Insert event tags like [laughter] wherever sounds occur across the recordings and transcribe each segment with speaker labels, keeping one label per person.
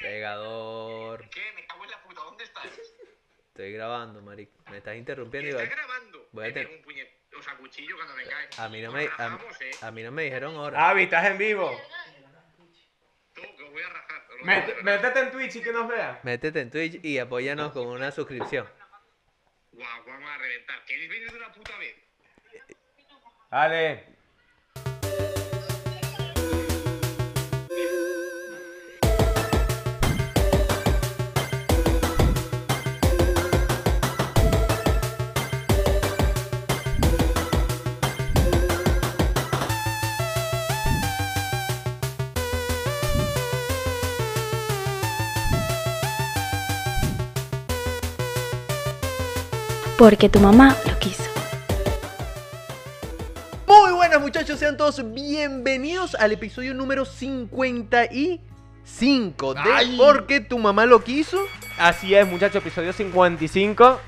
Speaker 1: Pegador.
Speaker 2: ¿Qué? Me cago en la puta, ¿dónde estás?
Speaker 1: Estoy grabando, marico. Me estás interrumpiendo y
Speaker 2: ¿Estás
Speaker 1: va-
Speaker 2: grabando?
Speaker 1: voy a
Speaker 2: Te
Speaker 1: tener-
Speaker 2: pego un puñet, o sea, cuchillo cuando vengáis.
Speaker 1: a mí no
Speaker 2: Nos
Speaker 1: me a,
Speaker 2: rajamos, eh.
Speaker 1: a mí no me dijeron ahora.
Speaker 3: Avi, estás en vivo.
Speaker 2: Tú, que os voy a rajar. os lo
Speaker 3: Mete-
Speaker 2: digo de verdad.
Speaker 3: Métete en Twitch y que nos vean.
Speaker 1: Métete en Twitch y apóyanos con una suscripción.
Speaker 2: Guau, vamos a reventar. ¿Queréis venir de una puta vez?
Speaker 3: Dale.
Speaker 4: porque tu mamá lo quiso.
Speaker 1: Muy buenas muchachos, sean todos bienvenidos al episodio número 55 de
Speaker 2: ¡Ay!
Speaker 1: Porque tu mamá lo quiso.
Speaker 3: Así es, muchachos, episodio 55.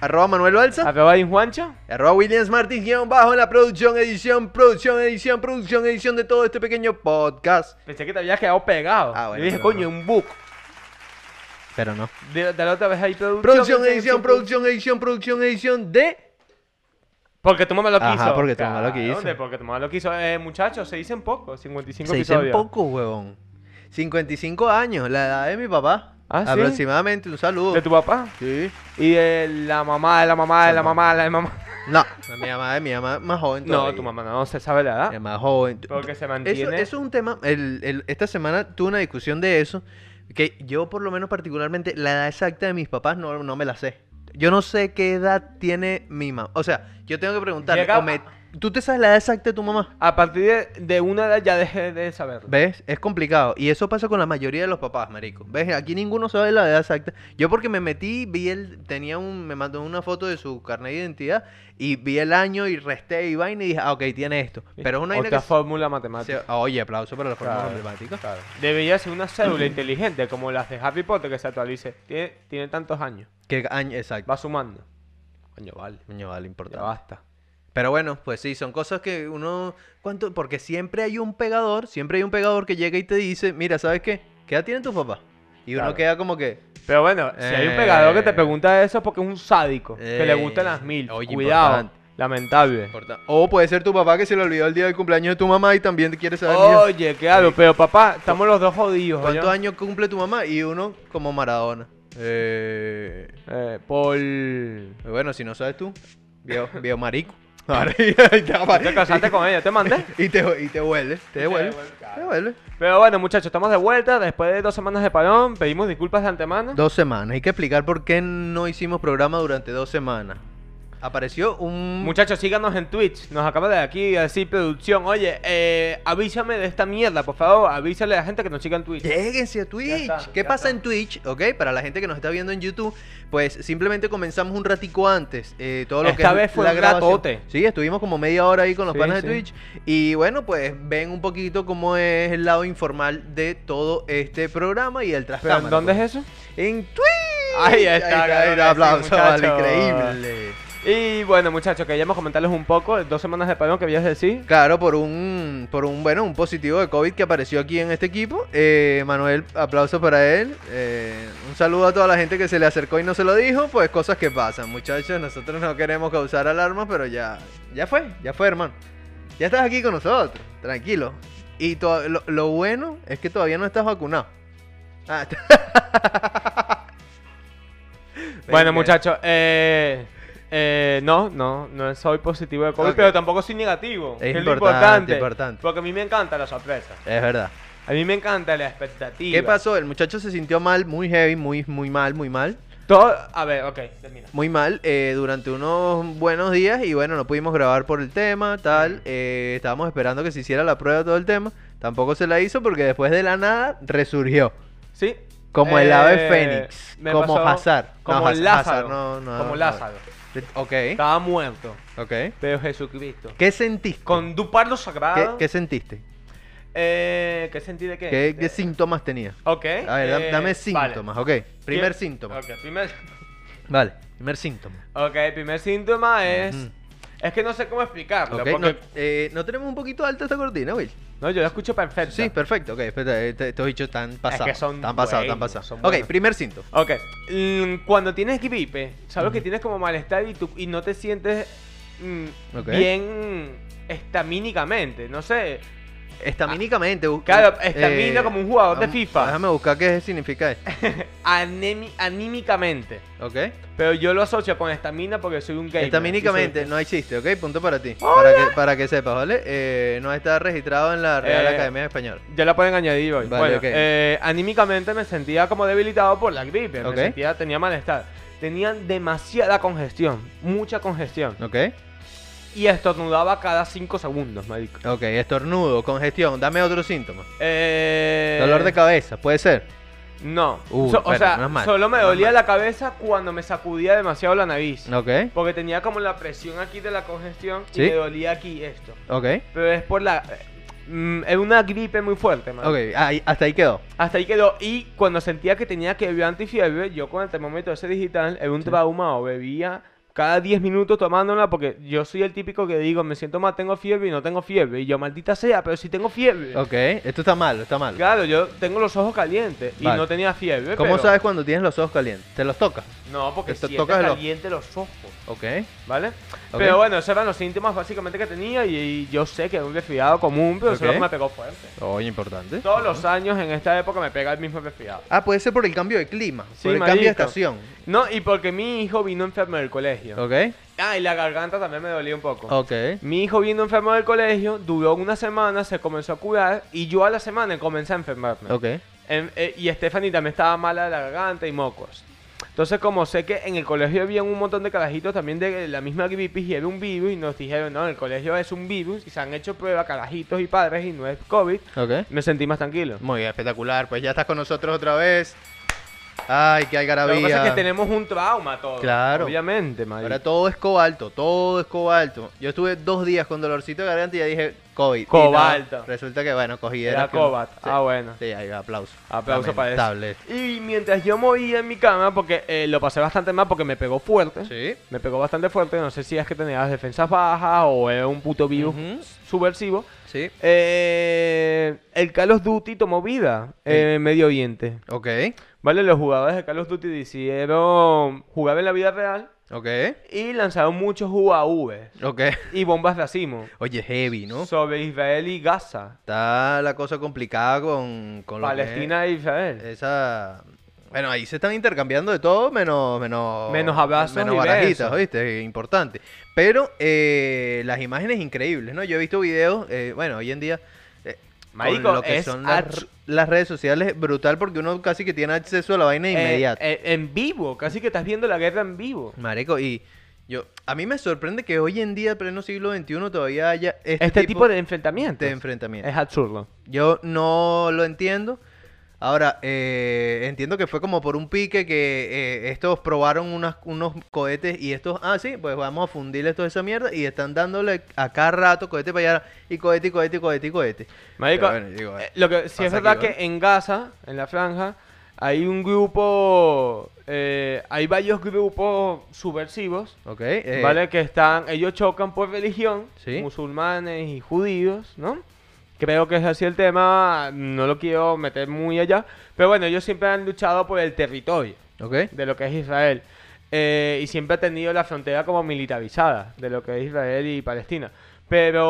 Speaker 1: Arroba Manuel Balsa.
Speaker 3: Arroba de Juancho.
Speaker 1: Arroba Williams Martins guión bajo en la producción, edición, producción, edición, producción, edición de todo este pequeño podcast.
Speaker 3: Pensé que te habías quedado pegado.
Speaker 1: Ah, bueno,
Speaker 3: Yo dije,
Speaker 1: pero
Speaker 3: coño,
Speaker 1: no.
Speaker 3: un book.
Speaker 1: Pero no.
Speaker 3: De, de la otra vez ahí producción.
Speaker 1: Producción, edición, producción, edición, producción, edición de...
Speaker 3: Porque tu mamá lo quiso.
Speaker 1: Ajá, porque tu mamá lo
Speaker 3: Claro,
Speaker 1: quiso.
Speaker 3: de porque tu mamá lo quiso. Eh, muchachos, se dicen poco. 55
Speaker 1: Se dicen
Speaker 3: episodios.
Speaker 1: poco, huevón. 55 años, la edad de mi papá.
Speaker 3: Ah, ¿sí?
Speaker 1: Aproximadamente, un saludo.
Speaker 3: De tu papá.
Speaker 1: Sí.
Speaker 3: Y de la mamá, de la mamá, de la mamá, de la mamá.
Speaker 1: No, mi mamá de mi mamá más joven
Speaker 3: No,
Speaker 1: todavía.
Speaker 3: tu mamá no se sabe la edad.
Speaker 1: Mi mamá es joven.
Speaker 3: Porque se
Speaker 1: Eso,
Speaker 3: mantiene.
Speaker 1: eso es un tema. el- el- esta semana tuve una discusión de eso. Que yo, por lo menos particularmente, la edad exacta de mis papás no, no me la sé. Yo no sé qué edad tiene mi mamá. O sea, yo tengo que preguntarle.
Speaker 3: Llega-
Speaker 1: o me- ¿Tú te sabes la edad exacta de tu mamá?
Speaker 3: A partir de, de una edad ya dejé de saberlo.
Speaker 1: ¿Ves? Es complicado. Y eso pasa con la mayoría de los papás, marico. ¿Ves? Aquí ninguno sabe la edad exacta. Yo porque me metí, vi él, tenía un, me mandó una foto de su carnet de identidad y vi el año y resté y vaina y dije, ah, ok, tiene esto. Pero es una vaina
Speaker 3: Otra
Speaker 1: que... se-
Speaker 3: fórmula matemática.
Speaker 1: se- ah, oye, aplauso para la fórmula
Speaker 3: Claro,
Speaker 1: matemática.
Speaker 3: claro. Debería ser una cédula inteligente, como las de Harry Potter, que se actualice. Tiene, tiene tantos años.
Speaker 1: ¿Qué año? Exacto.
Speaker 3: Va sumando. Coño, vale.
Speaker 1: Coño, vale,
Speaker 3: Ya
Speaker 1: importante.
Speaker 3: basta.
Speaker 1: Pero bueno, pues sí, son cosas que uno... ¿Cuánto? Porque siempre hay un pegador, siempre hay un pegador que llega y te dice, mira, ¿sabes qué? ¿Qué edad tienen tus papás? Y uno
Speaker 3: Claro.
Speaker 1: queda como que...
Speaker 3: Pero bueno, si hay un pegador que te pregunta eso es porque es un sádico. que le
Speaker 1: Eh,
Speaker 3: gustan las mil.
Speaker 1: oye,
Speaker 3: Cuidado.
Speaker 1: importante.
Speaker 3: Lamentable.
Speaker 1: Importa- O puede ser tu papá que se le olvidó el día del cumpleaños de tu mamá y también quiere saber. mira,
Speaker 3: Oye, claro, pero papá, estamos los dos jodidos.
Speaker 1: ¿Cuántos
Speaker 3: ¿oyó?
Speaker 1: años cumple tu mamá? Y uno como Maradona. Eh,
Speaker 3: Eh, por.
Speaker 1: bueno, si no sabes tú,
Speaker 3: [laughs]
Speaker 1: viejo, viejo marico. [laughs] y, te,
Speaker 3: Te casaste con ella,
Speaker 1: [laughs]
Speaker 3: te mandé.
Speaker 1: y te- y te vuelve, te devuelve.
Speaker 3: devuelve, claro.
Speaker 1: Te devuelve.
Speaker 3: Pero bueno, muchachos, estamos de vuelta después de dos semanas de parón. Pedimos disculpas de antemano.
Speaker 1: Dos semanas. Hay que explicar por qué no hicimos programa durante dos semanas. Apareció un.
Speaker 3: Muchachos, síganos en Twitch. Nos acaba de aquí decir producción. Oye, eh, avísame de esta mierda, por favor. Avísale a la gente que nos siga en Twitch.
Speaker 1: Lléguense a Twitch.
Speaker 3: está,
Speaker 1: ¿Qué
Speaker 3: ya
Speaker 1: pasa
Speaker 3: está.
Speaker 1: en Twitch? Ok, para la gente que nos está viendo en YouTube, pues simplemente comenzamos un ratico antes. eh, todo lo que
Speaker 3: Esta
Speaker 1: es
Speaker 3: vez fue
Speaker 1: la
Speaker 3: un
Speaker 1: grabación.
Speaker 3: ratote.
Speaker 1: Sí, estuvimos como media hora ahí con los
Speaker 3: Sí,
Speaker 1: panas
Speaker 3: sí.
Speaker 1: de Twitch. Y bueno, pues ven un poquito cómo es el lado informal de todo este programa y el
Speaker 3: ¿Pero
Speaker 1: trascámara.
Speaker 3: en dónde
Speaker 1: pues.
Speaker 3: es eso?
Speaker 1: En Twitch.
Speaker 3: Ahí está,
Speaker 1: ahí
Speaker 3: claro que sí,
Speaker 1: aplauso, vale,
Speaker 3: muchacho.
Speaker 1: increíble.
Speaker 3: Y bueno, muchachos, queríamos comentarles un poco. Dos semanas de parón que voy a decir.
Speaker 1: Claro, por un, por un, bueno, un positivo de COVID que apareció aquí en este equipo. Eh, Manuel, aplauso para él. Eh, un saludo a toda la gente que se le acercó y no se lo dijo. Pues cosas que pasan, muchachos. Nosotros no queremos causar alarmas, pero ya, ya fue, ya fue, hermano. Ya estás aquí con nosotros, tranquilo. Y to- lo, lo bueno es que todavía no estás vacunado. Ah, [laughs]
Speaker 3: Bueno,
Speaker 1: Venga.
Speaker 3: muchachos, eh, eh, no, no, no soy positivo de COVID,
Speaker 1: Ok.
Speaker 3: pero tampoco soy negativo.
Speaker 1: Es
Speaker 3: que lo
Speaker 1: importante,
Speaker 3: importante,
Speaker 1: importante.
Speaker 3: Porque a mí me encanta la sorpresa.
Speaker 1: Es verdad.
Speaker 3: A mí me encanta la expectativa.
Speaker 1: ¿Qué pasó? El muchacho se sintió mal, muy heavy, muy, muy mal, muy mal.
Speaker 3: Todo, a ver, ok, termina.
Speaker 1: muy mal eh, durante unos buenos días y bueno, no pudimos grabar por el tema,
Speaker 3: Mm.
Speaker 1: tal. eh, estábamos esperando que se hiciera la prueba de todo el tema. Tampoco se la hizo porque después de la nada resurgió.
Speaker 3: Sí.
Speaker 1: Como el ave
Speaker 3: Eh,
Speaker 1: fénix,
Speaker 3: me
Speaker 1: como
Speaker 3: pasó-
Speaker 1: Hazard. No,
Speaker 3: Como
Speaker 1: Haz-
Speaker 3: Lázaro.
Speaker 1: Hazard, no, no, ¿Eh?
Speaker 3: como
Speaker 1: no.
Speaker 3: Lázaro.
Speaker 1: Ok,
Speaker 3: Estaba muerto.
Speaker 1: ok.
Speaker 3: Pero Jesucristo.
Speaker 1: ¿Qué sentiste?
Speaker 3: Con Dupardo
Speaker 1: ¿Qué,
Speaker 3: Sagrado.
Speaker 1: qué sentiste?
Speaker 3: eh, ¿Qué sentí de qué?
Speaker 1: ¿Qué,
Speaker 3: De-
Speaker 1: qué síntomas tenías?
Speaker 3: Ok.
Speaker 1: A ver, dam-
Speaker 3: eh,
Speaker 1: dame
Speaker 3: vale.
Speaker 1: síntomas, ok. Primer síntoma.
Speaker 3: Ok, primer,
Speaker 1: Vale, primer síntoma.
Speaker 3: ok, primer síntoma es.
Speaker 1: Ujú.
Speaker 3: Es que no sé cómo explicarlo.
Speaker 1: Ok,
Speaker 3: porque...
Speaker 1: no, eh, ¿no tenemos un poquito alta esta cortina, Will?
Speaker 3: no... yo lo escucho perfecto.
Speaker 1: Sí, perfecto. Ok, espera, eh, te- estos bichos están pasados.
Speaker 3: son
Speaker 1: Están pasados, están
Speaker 3: buenos,
Speaker 1: pasados.
Speaker 3: son
Speaker 1: Ok,
Speaker 3: buenos.
Speaker 1: primer cinto.
Speaker 3: Ok. mm, Cuando tienes gripe, sabes que tienes como malestar y, tú, y no te sientes mm,
Speaker 1: Ok.
Speaker 3: bien mm, estamínicamente. No sé.
Speaker 1: Estamínicamente. busca-
Speaker 3: Claro, estamina como un jugador de
Speaker 1: am-
Speaker 3: FIFA.
Speaker 1: Eh, Déjame buscar qué significa esto.
Speaker 3: anemi- anímicamente. [laughs]
Speaker 1: Ok.
Speaker 3: Pero yo lo asocio con estamina porque soy un gamer.
Speaker 1: Estamínicamente no existe, ¿ok? Punto para ti.
Speaker 3: Hola.
Speaker 1: Para que, para que sepas, ¿vale? Eh, no está registrado en la Real
Speaker 3: Eh,
Speaker 1: Academia Española.
Speaker 3: Ya la pueden añadir hoy.
Speaker 1: Vale,
Speaker 3: bueno,
Speaker 1: ok.
Speaker 3: eh, anímicamente me sentía como debilitado por la gripe.
Speaker 1: Ok.
Speaker 3: Me sentía, tenía malestar. Tenía demasiada congestión. Mucha congestión.
Speaker 1: Ok.
Speaker 3: Y estornudaba cada 5 segundos, marico.
Speaker 1: Ok, estornudo, congestión. Dame otro síntoma.
Speaker 3: Eh,
Speaker 1: Dolor de cabeza, puede ser.
Speaker 3: No.
Speaker 1: Uh,
Speaker 3: So- o
Speaker 1: bueno,
Speaker 3: sea,
Speaker 1: menos mal,
Speaker 3: solo me
Speaker 1: menos
Speaker 3: dolía
Speaker 1: mal.
Speaker 3: la cabeza cuando me sacudía demasiado la nariz.
Speaker 1: Ok.
Speaker 3: Porque tenía como la presión aquí de la congestión
Speaker 1: Sí.
Speaker 3: y me dolía aquí esto.
Speaker 1: Ok.
Speaker 3: Pero es por la... mm, es una gripe muy fuerte, man.
Speaker 1: Ok, ahí- hasta ahí quedó.
Speaker 3: Hasta ahí quedó. Y cuando sentía que tenía que beber antifiebre, yo con el termómetro ese digital, era un trauma o bebía cada 10 minutos tomándola porque yo soy el típico que digo, me siento mal, tengo fiebre y no tengo fiebre. Y yo, maldita sea, pero si tengo fiebre.
Speaker 1: Ok, esto está malo, está malo.
Speaker 3: Claro, yo tengo los ojos calientes y
Speaker 1: Vale.
Speaker 3: no tenía fiebre.
Speaker 1: ¿Cómo
Speaker 3: pero-
Speaker 1: sabes cuando tienes los ojos calientes? ¿Te los tocas?
Speaker 3: No, porque
Speaker 1: Esto
Speaker 3: si
Speaker 1: tocas el ojo.
Speaker 3: caliente los ojos,
Speaker 1: Ok.
Speaker 3: ¿vale?
Speaker 1: Ok.
Speaker 3: Pero bueno, esos eran los síntomas básicamente que tenía y, y yo sé que es un resfriado común, pero solo
Speaker 1: Ok.
Speaker 3: que me pegó fuerte.
Speaker 1: Oye, importante.
Speaker 3: Todos los años en esta época me pega el mismo resfriado.
Speaker 1: Ah, puede ser por el cambio de clima,
Speaker 3: Sí,
Speaker 1: por el cambio de
Speaker 3: marico.
Speaker 1: estación.
Speaker 3: No, y porque mi hijo vino enfermo del colegio.
Speaker 1: Ok.
Speaker 3: Ah, y la garganta también me dolía un poco.
Speaker 1: Ok.
Speaker 3: Mi hijo vino enfermo del colegio, duró una semana, se comenzó a curar y yo a la semana comencé a enfermarme.
Speaker 1: Ok.
Speaker 3: En- eh, y Stephanie también estaba mala de la garganta y mocos. Entonces, como sé que en el colegio había un montón de carajitos también de la misma gripe y era un virus, y nos dijeron, no, el colegio es un virus, y se han hecho pruebas carajitos y padres y no es COVID,
Speaker 1: Ok.
Speaker 3: me sentí más tranquilo.
Speaker 1: Muy bien, espectacular. Pues ya estás con nosotros otra vez. Ay, qué
Speaker 3: Lo que pasa es
Speaker 1: algarabía.
Speaker 3: que tenemos un trauma todos.
Speaker 1: Claro.
Speaker 3: Obviamente, marico.
Speaker 1: Ahora todo es cobalto, todo es cobalto. Yo estuve dos días con dolorcito de garganta y ya dije COVID. Y
Speaker 3: Cobalto.
Speaker 1: nada, resulta que, bueno, cogí.
Speaker 3: Era
Speaker 1: que-
Speaker 3: cobat.
Speaker 1: Sí.
Speaker 3: Ah, bueno.
Speaker 1: Sí, ahí va, aplauso.
Speaker 3: Aplauso para
Speaker 1: Lamentable.
Speaker 3: eso. Y mientras yo movía en mi cama, porque eh, lo pasé bastante mal porque me pegó fuerte.
Speaker 1: Sí.
Speaker 3: Me pegó bastante fuerte. No sé si es que tenía las defensas bajas o era un puto virus
Speaker 1: Ujú.
Speaker 3: subversivo.
Speaker 1: Sí.
Speaker 3: Eh, el Call of Duty tomó vida eh, en Medio Oriente.
Speaker 1: Ok.
Speaker 3: ¿Vale? Los jugadores de Call of Duty decidieron jugar en la vida real
Speaker 1: Ok.
Speaker 3: y lanzaron muchos UAV
Speaker 1: Ok.
Speaker 3: y bombas de racimo
Speaker 1: Oye, heavy, ¿no?
Speaker 3: sobre Israel y Gaza.
Speaker 1: Está la cosa complicada con, con lo que Eh, es
Speaker 3: Palestina e Israel.
Speaker 1: esa. Bueno, ahí se están intercambiando de todo, menos. Menos,
Speaker 3: Menos abrazos
Speaker 1: Menos
Speaker 3: y
Speaker 1: barajitas,
Speaker 3: besos.
Speaker 1: ¿oíste? Importante. Pero eh, las imágenes increíbles, ¿no? Yo he visto videos, eh, bueno, hoy en día. eh, con
Speaker 3: Marico,
Speaker 1: lo que
Speaker 3: es
Speaker 1: son las,
Speaker 3: ach-
Speaker 1: las redes sociales, brutal porque uno casi que tiene acceso a la vaina
Speaker 3: Eh,
Speaker 1: inmediata.
Speaker 3: eh, en vivo, casi que estás viendo la guerra en vivo.
Speaker 1: Marico, y yo. A mí me sorprende que hoy en día, pleno siglo XXI, todavía haya este,
Speaker 3: Este, tipo, de enfrentamientos.
Speaker 1: de enfrentamiento.
Speaker 3: Es absurdo.
Speaker 1: Yo no lo entiendo. Ahora, eh, entiendo que fue como por un pique que eh, estos probaron unas- unos cohetes y estos, ah, sí, pues vamos a fundirle toda esa mierda y están dándole a cada rato cohete para allá y cohete y cohete y cohete y cohete.
Speaker 3: Marico,
Speaker 1: Pero bueno, digo,
Speaker 3: eh, lo que sí es
Speaker 1: pasa
Speaker 3: verdad
Speaker 1: aquí,
Speaker 3: que en Gaza, en la franja, hay un grupo, eh, hay varios grupos subversivos,
Speaker 1: Ok, eh,
Speaker 3: ¿vale? Que están, ellos chocan por religión,
Speaker 1: Sí.
Speaker 3: musulmanes y judíos, ¿no? Creo que es así el tema, no lo quiero meter muy allá, pero bueno, ellos siempre han luchado por el territorio.
Speaker 1: ok,
Speaker 3: de lo que es Israel. Eh, y siempre ha tenido la frontera como militarizada de lo que es Israel y Palestina.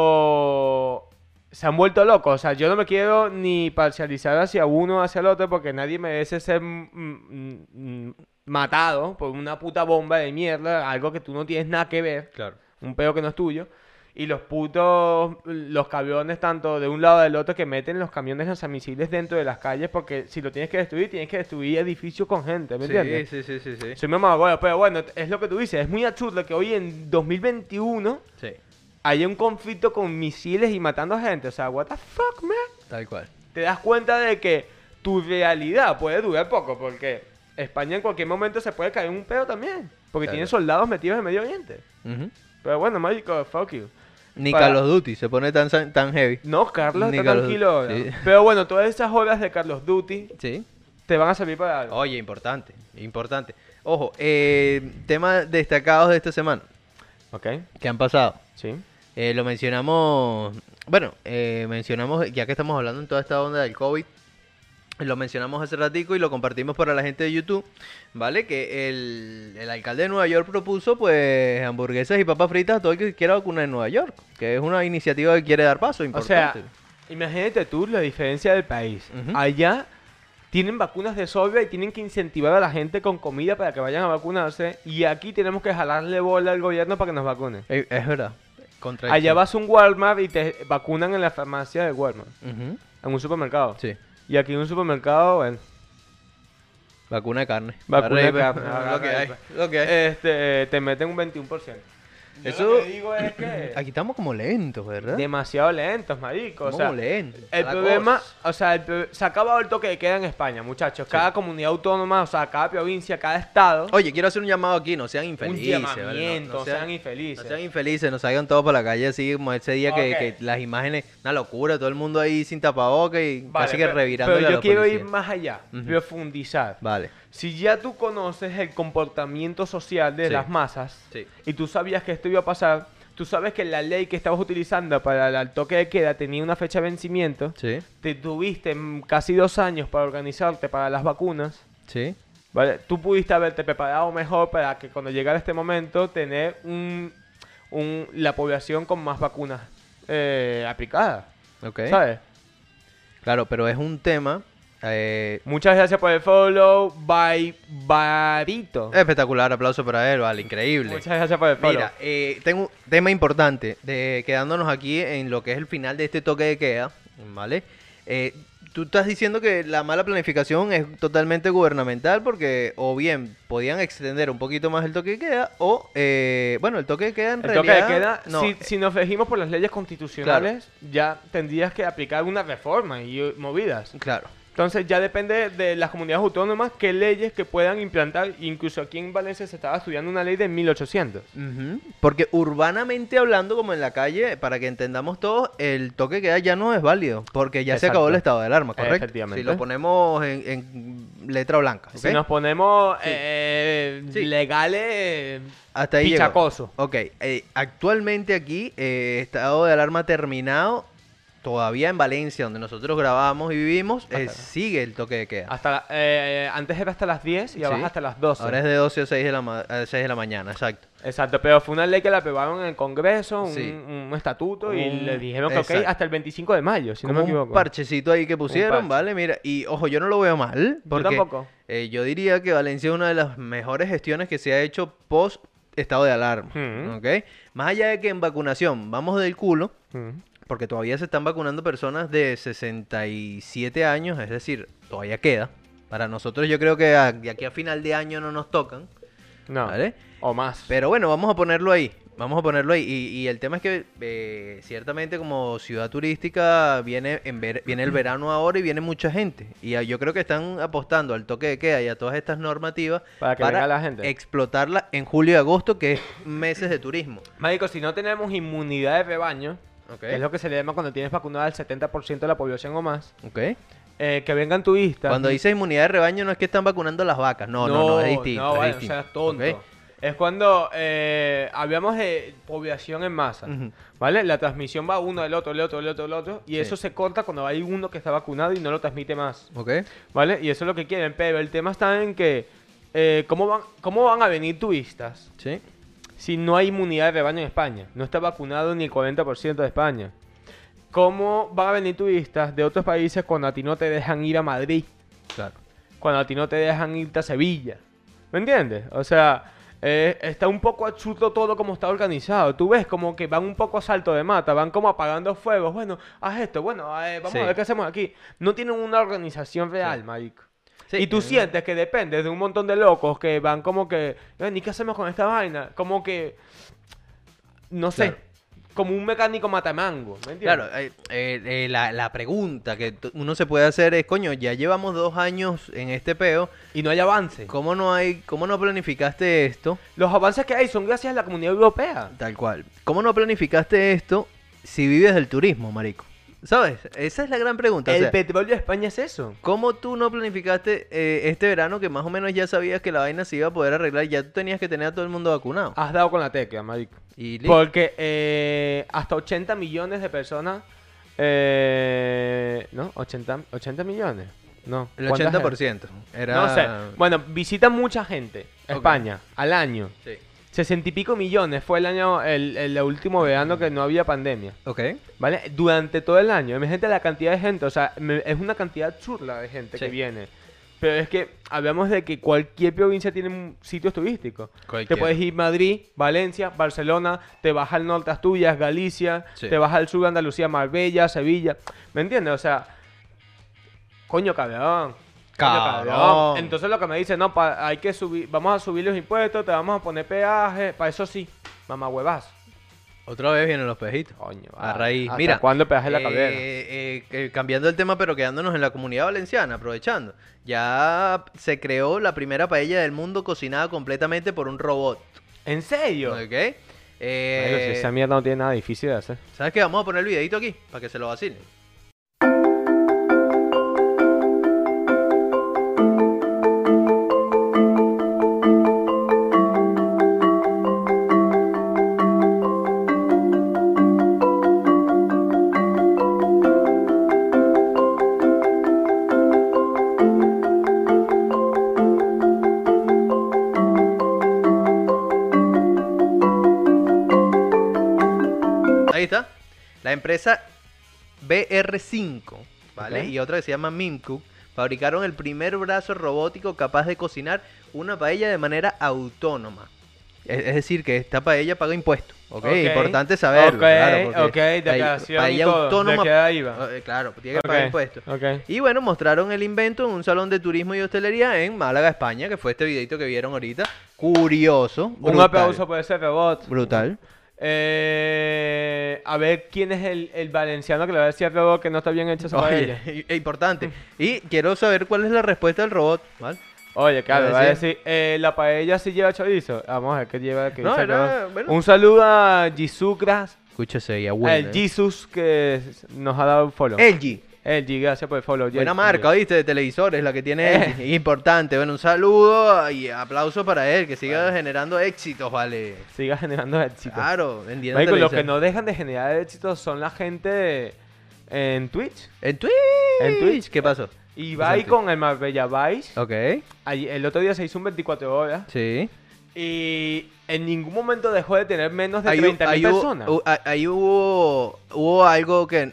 Speaker 3: Pero se han vuelto locos. O sea, yo no me quiero ni parcializar hacia uno o hacia el otro porque nadie merece ser mm, mm, mm, matado por una puta bomba de mierda, algo que tú no tienes nada que ver
Speaker 1: claro.
Speaker 3: un pedo que no es tuyo. Y los putos, los cabrones, tanto de un lado del otro, que meten los camiones lanzamisiles dentro de las calles, porque si lo tienes que destruir, tienes que destruir edificios con gente, ¿me
Speaker 1: Sí,
Speaker 3: entiendes?
Speaker 1: sí, sí, sí, sí.
Speaker 3: Soy mamá, huevo, pero bueno, es lo que tú dices, es muy absurdo que hoy en 2021
Speaker 1: Sí,
Speaker 3: haya un conflicto con misiles y matando gente, o sea, what the fuck, man?
Speaker 1: tal cual.
Speaker 3: Te das cuenta de que tu realidad puede durar poco, porque España en cualquier momento se puede caer en un pedo también, porque
Speaker 1: Claro.
Speaker 3: tiene soldados metidos en Medio Oriente.
Speaker 1: Ujú.
Speaker 3: Pero bueno, mágico, fuck you.
Speaker 1: Ni
Speaker 3: Para-
Speaker 1: Call of Duty se pone tan, san- tan heavy.
Speaker 3: No, Carlos,
Speaker 1: Ni
Speaker 3: está
Speaker 1: Call of
Speaker 3: tranquilo. ahora.
Speaker 1: Duty, sí.
Speaker 3: Pero bueno, todas esas horas de Carlos Duty
Speaker 1: Sí.
Speaker 3: te van a servir para algo.
Speaker 1: Oye, importante, importante. Ojo, eh, temas destacados de esta semana.
Speaker 3: Ok,
Speaker 1: que han pasado.
Speaker 3: sí.
Speaker 1: Eh, lo mencionamos, bueno, eh, mencionamos, ya que estamos hablando en toda esta onda del COVID, lo mencionamos hace ratico y lo compartimos para la gente de YouTube, ¿vale? Que el, el alcalde de Nueva York propuso, pues, hamburguesas y papas fritas a todo el que quiera vacunar en Nueva York, que es una iniciativa que quiere dar paso
Speaker 3: O sea,
Speaker 1: importante.
Speaker 3: imagínate tú la diferencia del país.
Speaker 1: Ujú.
Speaker 3: Allá tienen vacunas de sobra y tienen que incentivar a la gente con comida para que vayan a vacunarse. Y aquí tenemos que jalarle bola al gobierno para que nos vacune.
Speaker 1: Eh, es verdad. Contradicción.
Speaker 3: Allá vas a un Walmart y te vacunan en la farmacia de Walmart,
Speaker 1: Ujú,
Speaker 3: en un supermercado.
Speaker 1: Sí.
Speaker 3: Y aquí en un supermercado, bueno,
Speaker 1: Vacuna de carne.
Speaker 3: Vacuna de
Speaker 1: Arre,
Speaker 3: carne.
Speaker 1: [laughs] Lo que hay. Lo que hay.
Speaker 3: este, te meten un 21%. Yo
Speaker 1: Eso-
Speaker 3: lo que digo es que
Speaker 1: [clears throat] Aquí estamos como lentos, ¿verdad?
Speaker 3: demasiado lentos, marico. O
Speaker 1: Estamos
Speaker 3: sea,
Speaker 1: lentos.
Speaker 3: El
Speaker 1: La
Speaker 3: problema,
Speaker 1: cosa.
Speaker 3: o sea, el pro- se ha acabado el toque de queda en España, muchachos. Cada comunidad autónoma, o sea, cada provincia, cada estado,
Speaker 1: Oye, quiero hacer un llamado aquí, no sean infelices.
Speaker 3: un
Speaker 1: ¿vale? No- no
Speaker 3: llamamiento, sean, infelices.
Speaker 1: No sean infelices, no salgan todos para la calle así como ese día que- que,
Speaker 3: Ok.
Speaker 1: las imágenes, una locura, todo el mundo ahí sin tapabocas y
Speaker 3: Vale,
Speaker 1: casi que
Speaker 3: pero-
Speaker 1: revirando.
Speaker 3: Pero yo quiero ir más allá,
Speaker 1: Ujú.
Speaker 3: profundizar.
Speaker 1: Vale.
Speaker 3: Si ya tú conoces el comportamiento social de
Speaker 1: Sí.
Speaker 3: las masas
Speaker 1: Sí.
Speaker 3: y tú sabías que esto iba a pasar, tú sabes que la ley que estabas utilizando para la- el toque de queda tenía una fecha de vencimiento,
Speaker 1: Sí,
Speaker 3: te tuviste mm, casi dos años para organizarte para las vacunas,
Speaker 1: sí.
Speaker 3: ¿vale? Tú pudiste haberte preparado mejor para que cuando llegara este momento tener un, un- la población con más vacunas eh, aplicadas,
Speaker 1: Ok.
Speaker 3: ¿sabes?
Speaker 1: Claro, pero es un tema eh,
Speaker 3: Muchas gracias por el follow, bye, Barito.
Speaker 1: espectacular. Aplauso para él, Eh, vale, increíble.
Speaker 3: Muchas gracias por el follow.
Speaker 1: Mira, eh, tengo un tema importante, de, quedándonos aquí en lo que es el final de este toque de queda, ¿vale? Eh, tú estás diciendo que la mala planificación es totalmente gubernamental porque o bien podían extender un poquito más el toque de queda o, eh, bueno, el toque de queda en
Speaker 3: El toque
Speaker 1: realidad...
Speaker 3: de queda,
Speaker 1: no, eh.
Speaker 3: si, si nos regimos por las leyes constitucionales, ya tendrías que aplicar una reforma y eh, movidas.
Speaker 1: eh, claro.
Speaker 3: Entonces ya depende de las comunidades autónomas qué leyes que puedan implantar. Incluso aquí en Valencia se estaba estudiando una ley de 1800.
Speaker 1: Ujú, Porque urbanamente hablando, como en la calle, para que entendamos todos, el toque de queda ya no es válido, porque ya se
Speaker 3: Exacto.
Speaker 1: acabó el estado del arma, ¿correcto?
Speaker 3: Efectivamente.
Speaker 1: Si lo ponemos en, en letra blanca.
Speaker 3: Si
Speaker 1: ¿ok?
Speaker 3: nos ponemos
Speaker 1: Sí.
Speaker 3: eh,
Speaker 1: Sí.
Speaker 3: legales,
Speaker 1: Hasta ahí llegó.
Speaker 3: Pichacoso.
Speaker 1: Ok, eh, actualmente aquí, eh, estado de alarma terminado, todavía en Valencia, donde nosotros grabamos y vivimos, eh,
Speaker 3: Ajá.
Speaker 1: sigue el toque de queda.
Speaker 3: hasta la- eh, antes era hasta las 10 y abajo
Speaker 1: Sí.
Speaker 3: hasta las 12.
Speaker 1: Ahora es de 12 a 6 de la, ma- a 6 de la mañana, exacto.
Speaker 3: Exacto, pero fue una ley que la aprobaron en el Congreso, un,
Speaker 1: Sí.
Speaker 3: un estatuto, y
Speaker 1: Un-
Speaker 3: le dijeron que ok,
Speaker 1: exacto.
Speaker 3: hasta el 25 de mayo, si
Speaker 1: Como
Speaker 3: no me equivoco.
Speaker 1: un parchecito ahí que pusieron,
Speaker 3: parche.
Speaker 1: ¿vale? Mira, y ojo, yo no lo veo mal, porque
Speaker 3: tampoco.
Speaker 1: eh, yo diría que Valencia es una de las mejores gestiones que se ha hecho post estado de alarma,
Speaker 3: Ujú.
Speaker 1: ¿ok? Más allá de que en vacunación vamos del culo,
Speaker 3: Mm.
Speaker 1: Porque todavía se están vacunando personas de 67 años, es decir, todavía queda. Para nosotros yo creo que a- de aquí a final de año no nos tocan.
Speaker 3: No.
Speaker 1: ¿Vale?
Speaker 3: O más.
Speaker 1: Pero bueno, vamos a ponerlo ahí. Vamos a ponerlo ahí. Y, y el tema es que eh, ciertamente como ciudad turística viene, en ver- viene el verano ahora y viene mucha gente. Y a- yo creo que están apostando al toque de queda y a todas estas normativas
Speaker 3: Para que venga la gente.
Speaker 1: explotarla en julio y agosto, que es meses de turismo.
Speaker 3: Marico, si no tenemos inmunidad de rebaño,
Speaker 1: Ok.
Speaker 3: que es lo que se le llama cuando tienes vacunada al 70% de la población o más,
Speaker 1: Ok.
Speaker 3: eh, que vengan turistas.
Speaker 1: Cuando dice inmunidad de rebaño no es que están vacunando a las vacas, no, no, no, es distinto.
Speaker 3: No,
Speaker 1: es
Speaker 3: vale, no
Speaker 1: distinto,
Speaker 3: seas tonto.
Speaker 1: ¿ok?
Speaker 3: Es cuando eh, hablamos de población en masa,
Speaker 1: Ujú.
Speaker 3: ¿vale? La transmisión va uno del otro, del otro, del otro, del otro, y
Speaker 1: Sí.
Speaker 3: eso se corta cuando hay uno que está vacunado y no lo transmite más.
Speaker 1: Ok.
Speaker 3: ¿Vale? Y eso es lo que quieren, pero el tema está en que eh, ¿cómo, van, ¿cómo van a venir turistas
Speaker 1: Sí.
Speaker 3: si no hay inmunidad de rebaño en España? No está vacunado ni el 40% de España. ¿Cómo van a venir turistas de otros países cuando a ti no te dejan ir a Madrid?
Speaker 1: Claro.
Speaker 3: Cuando a ti no te dejan irte a Sevilla. ¿Me entiendes? O sea, eh, está un poco achuto todo como está organizado. Tú ves como que van un poco a salto de mata, van como apagando fuegos. Bueno, haz esto, bueno, eh, vamos
Speaker 1: Sí.
Speaker 3: a ver qué hacemos aquí. No tienen una organización real,
Speaker 1: Sí.
Speaker 3: marico.
Speaker 1: Sí,
Speaker 3: y tú
Speaker 1: eh,
Speaker 3: sientes que dependes de un montón de locos que van como que, "Eh, ¿y qué hacemos con esta vaina? Como que, no sé,
Speaker 1: Claro.
Speaker 3: como un mecánico matamango, ¿me entiendes?
Speaker 1: Claro, eh, eh, eh, la, la pregunta que t- uno se puede hacer es, coño, ya llevamos dos años en este peo,
Speaker 3: Y no hay avance.
Speaker 1: ¿cómo no hay, cómo no planificaste esto?
Speaker 3: Los avances que hay son gracias a la comunidad europea.
Speaker 1: Tal cual. ¿Cómo no planificaste esto si vives del turismo, marico? ¿Sabes? Esa es la gran pregunta. o
Speaker 3: el
Speaker 1: sea,
Speaker 3: petróleo de España es eso.
Speaker 1: ¿Cómo tú no planificaste eh, este verano que más o menos ya sabías que la vaina se iba a poder arreglar? Ya tú tenías que tener a todo el mundo vacunado.
Speaker 3: Has dado con la tecla, marico.
Speaker 1: Y listo.
Speaker 3: Porque eh, hasta 80 millones de personas. eh, ¿No? 80, 80 millones. No.
Speaker 1: El
Speaker 3: ¿cuánta gente?
Speaker 1: 80%. Era...
Speaker 3: No sé. Bueno, visita mucha gente a
Speaker 1: Ok.
Speaker 3: España al año.
Speaker 1: Sí.
Speaker 3: 60 y pico millones fue el año, el, el último verano que no había pandemia.
Speaker 1: Ok.
Speaker 3: ¿Vale? Durante todo el año. Imagínate la cantidad de gente. O sea, me- es una cantidad absurda de gente
Speaker 1: Sí.
Speaker 3: que viene. Pero es que hablamos de que cualquier provincia tiene un- sitios turísticos. Te puedes ir Madrid, Valencia, Barcelona, te vas al norte Asturias, Galicia,
Speaker 1: Sí.
Speaker 3: te vas al sur Andalucía, Marbella, Sevilla. ¿Me entiendes? O sea, coño cabrón. coño,
Speaker 1: Cabrón.
Speaker 3: Entonces lo que me dicen, no, pa- hay que subir, vamos a subir los impuestos, te vamos a poner peaje, para eso sí, mamá huevas.
Speaker 1: Otra vez vienen los pejitos.
Speaker 3: Coño,
Speaker 1: A
Speaker 3: vale.
Speaker 1: raíz.
Speaker 3: ¿Hasta
Speaker 1: Mira,
Speaker 3: ¿Cuándo el peaje de la
Speaker 1: eh,
Speaker 3: cabrera?
Speaker 1: eh, que- cambiando el tema, pero quedándonos en la comunidad valenciana, aprovechando. Ya se creó la primera paella del mundo cocinada completamente por un robot.
Speaker 3: ¿En serio?
Speaker 1: ¿Ok?
Speaker 3: Marico, si
Speaker 1: Eh,
Speaker 3: esa mierda no tiene nada difícil de hacer.
Speaker 1: ¿Sabes qué? Vamos a poner el videito aquí para que se lo vacilen. Ahí está. La empresa BR5, ¿vale?
Speaker 3: Ok.
Speaker 1: Y otra que se llama Mimcook, fabricaron el primer brazo robótico capaz de cocinar una paella de manera autónoma. Es, es decir, que esta paella paga impuestos. Ok,
Speaker 3: Ok.
Speaker 1: importante saberlo.
Speaker 3: Ok,
Speaker 1: claro, porque
Speaker 3: ok,
Speaker 1: paella,
Speaker 3: declaración y
Speaker 1: paella
Speaker 3: todo,
Speaker 1: autónoma.
Speaker 3: ¿de qué edad iba?
Speaker 1: eh, claro, tiene que pagar
Speaker 3: Ok,
Speaker 1: impuestos.
Speaker 3: ok.
Speaker 1: Y bueno, mostraron el invento en un salón de turismo y hostelería en Málaga, España, que fue este videito que vieron ahorita. Curioso.
Speaker 3: Un
Speaker 1: brutal,
Speaker 3: aplauso por ese robot.
Speaker 1: Brutal.
Speaker 3: Eh, a ver quién es el, el valenciano que le va a decir al robot que no está bien hecho su paella.
Speaker 1: [laughs] Oye, es importante. Y quiero saber cuál es la respuesta del robot, ¿vale?
Speaker 3: Oye, claro,
Speaker 1: Le
Speaker 3: va a
Speaker 1: decía-
Speaker 3: decir, eh, la paella sí lleva chorizo. Vamos a ver qué lleva. qué
Speaker 1: No,
Speaker 3: dice el
Speaker 1: era-
Speaker 3: robot.
Speaker 1: bueno. eh.
Speaker 3: Un saludo a Jisucras,
Speaker 1: Escúchese, ya
Speaker 3: el Jesus que s- nos ha dado un follow. El,
Speaker 1: LG.
Speaker 3: G, gracias por el follow.
Speaker 1: Buena
Speaker 3: G- Eh.
Speaker 1: marca,
Speaker 3: G.
Speaker 1: ¿viste? De televisores, la que tiene LG. Importante. Bueno, un saludo y aplauso para él, que siga generando éxitos, ¿vale?
Speaker 3: Siga generando éxito.
Speaker 1: Claro, vendiendo
Speaker 3: Marico, lo que
Speaker 1: televisores.
Speaker 3: no dejan de generar éxito son la gente en Twitch.
Speaker 1: En Twitch.
Speaker 3: En Twitch.
Speaker 1: ¿Qué pasó?
Speaker 3: Y va ahí
Speaker 1: Exacto.
Speaker 3: con el Marbella Vice.
Speaker 1: Ok.
Speaker 3: Allí- El otro día se hizo un 24 horas.
Speaker 1: Sí.
Speaker 3: Y en ningún momento dejó de tener menos de
Speaker 1: Ahí hu-
Speaker 3: 30.000
Speaker 1: ahí hubo-
Speaker 3: personas.
Speaker 1: hu- ah- ahí hubo, hubo algo que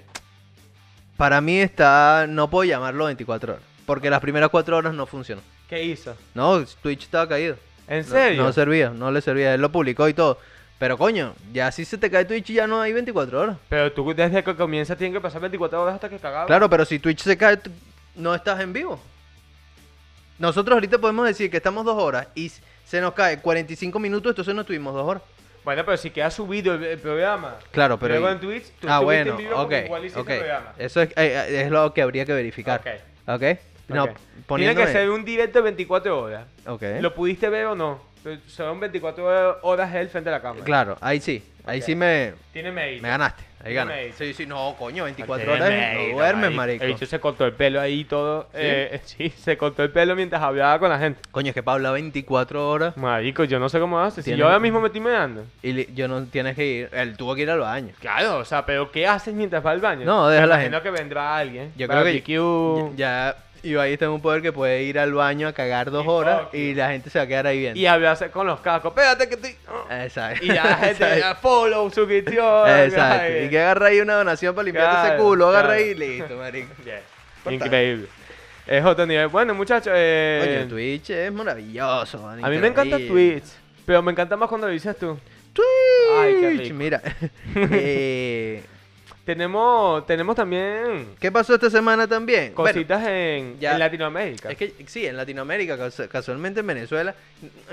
Speaker 1: para mí está, no puedo llamarlo 24 horas, porque las primeras 4 horas no funcionó.
Speaker 3: ¿Qué hizo?
Speaker 1: No, Twitch estaba caído.
Speaker 3: ¿En
Speaker 1: No-
Speaker 3: serio?
Speaker 1: No, servía, no le servía, él lo publicó y todo. Pero coño, ya si se te cae Twitch ya no hay 24 horas.
Speaker 3: Pero tú desde que comienza tienen que pasar 24 horas hasta que cagaba.
Speaker 1: Claro, pero si Twitch se cae, tú- no estás en vivo. Nosotros ahorita podemos decir que estamos dos horas y s- se nos cae 45 minutos, entonces no estuvimos dos horas.
Speaker 3: Bueno, pero si queda subido el, el programa.
Speaker 1: Claro, pero...
Speaker 3: Luego
Speaker 1: y-
Speaker 3: en Twitch, tú
Speaker 1: Ah,
Speaker 3: estuviste
Speaker 1: bueno,
Speaker 3: en vivo como
Speaker 1: ok,
Speaker 3: igual hiciste
Speaker 1: ok.
Speaker 3: el programa.
Speaker 1: Eso es, eh, eh, es lo que habría que verificar. Ok. No,
Speaker 3: Ok. Tiene
Speaker 1: poniéndome-
Speaker 3: que ser un directo de 24 horas.
Speaker 1: Ok.
Speaker 3: ¿Lo pudiste ver o no? Son 24 horas él frente a la cámara.
Speaker 1: Claro, ahí sí. Ahí
Speaker 3: Ok.
Speaker 1: sí me,
Speaker 3: Tiene mérito.
Speaker 1: me ganaste. Ahí
Speaker 3: Tiene
Speaker 1: ganas.
Speaker 3: mérito.
Speaker 1: Sí, sí, no, coño, 24
Speaker 3: Tiene
Speaker 1: horas
Speaker 3: mérito,
Speaker 1: no duermes, marico.
Speaker 3: El bicho se cortó el pelo ahí y todo. Eh, [laughs] sí, se cortó el pelo mientras hablaba con la gente.
Speaker 1: Coño, es que Pablo, 24 horas
Speaker 3: Marico, yo no sé cómo hace. Si
Speaker 1: Tiene-
Speaker 3: yo ahora mismo me estoy meando.
Speaker 1: y li- yo no tienes que ir. Él tuvo que ir al baño.
Speaker 3: Claro, o sea, pero ¿qué haces mientras va al baño?
Speaker 1: No, deja
Speaker 3: Me
Speaker 1: la
Speaker 3: imagino que vendrá alguien.
Speaker 1: Yo creo que
Speaker 3: Barbecue.
Speaker 1: ya ya ahí está en un poder que puede ir al baño a cagar dos
Speaker 3: Y
Speaker 1: horas
Speaker 3: fuck
Speaker 1: y
Speaker 3: you.
Speaker 1: la gente se va a quedar ahí viendo.
Speaker 3: Y hablarse con los cascos. Espérate que estoy.
Speaker 1: Exacto.
Speaker 3: Y ya la
Speaker 1: [laughs]
Speaker 3: gente,
Speaker 1: Exacto.
Speaker 3: ya, follow, suscripción.
Speaker 1: Exacto.
Speaker 3: ay.
Speaker 1: Y que agarra ahí una donación para limpiarte ese
Speaker 3: Claro,
Speaker 1: culo. Agarra
Speaker 3: claro.
Speaker 1: ahí y listo,
Speaker 3: [laughs]
Speaker 1: marico.
Speaker 3: Bien. Increíble. Es otro nivel. Bueno, muchachos. eh,
Speaker 1: Coño, Twitch es maravilloso. man,
Speaker 3: a mí me encanta
Speaker 1: interactivo.
Speaker 3: Twitch. Pero me encanta más cuando lo dices tú.
Speaker 1: Twitch.
Speaker 3: Ay, qué rico. [laughs]
Speaker 1: Mira. eh,
Speaker 3: Tenemos, tenemos también
Speaker 1: ¿Qué pasó esta semana también? Bueno,
Speaker 3: cositas en,
Speaker 1: ya.
Speaker 3: en Latinoamérica.
Speaker 1: es que sí, en Latinoamérica, casu- casualmente en Venezuela.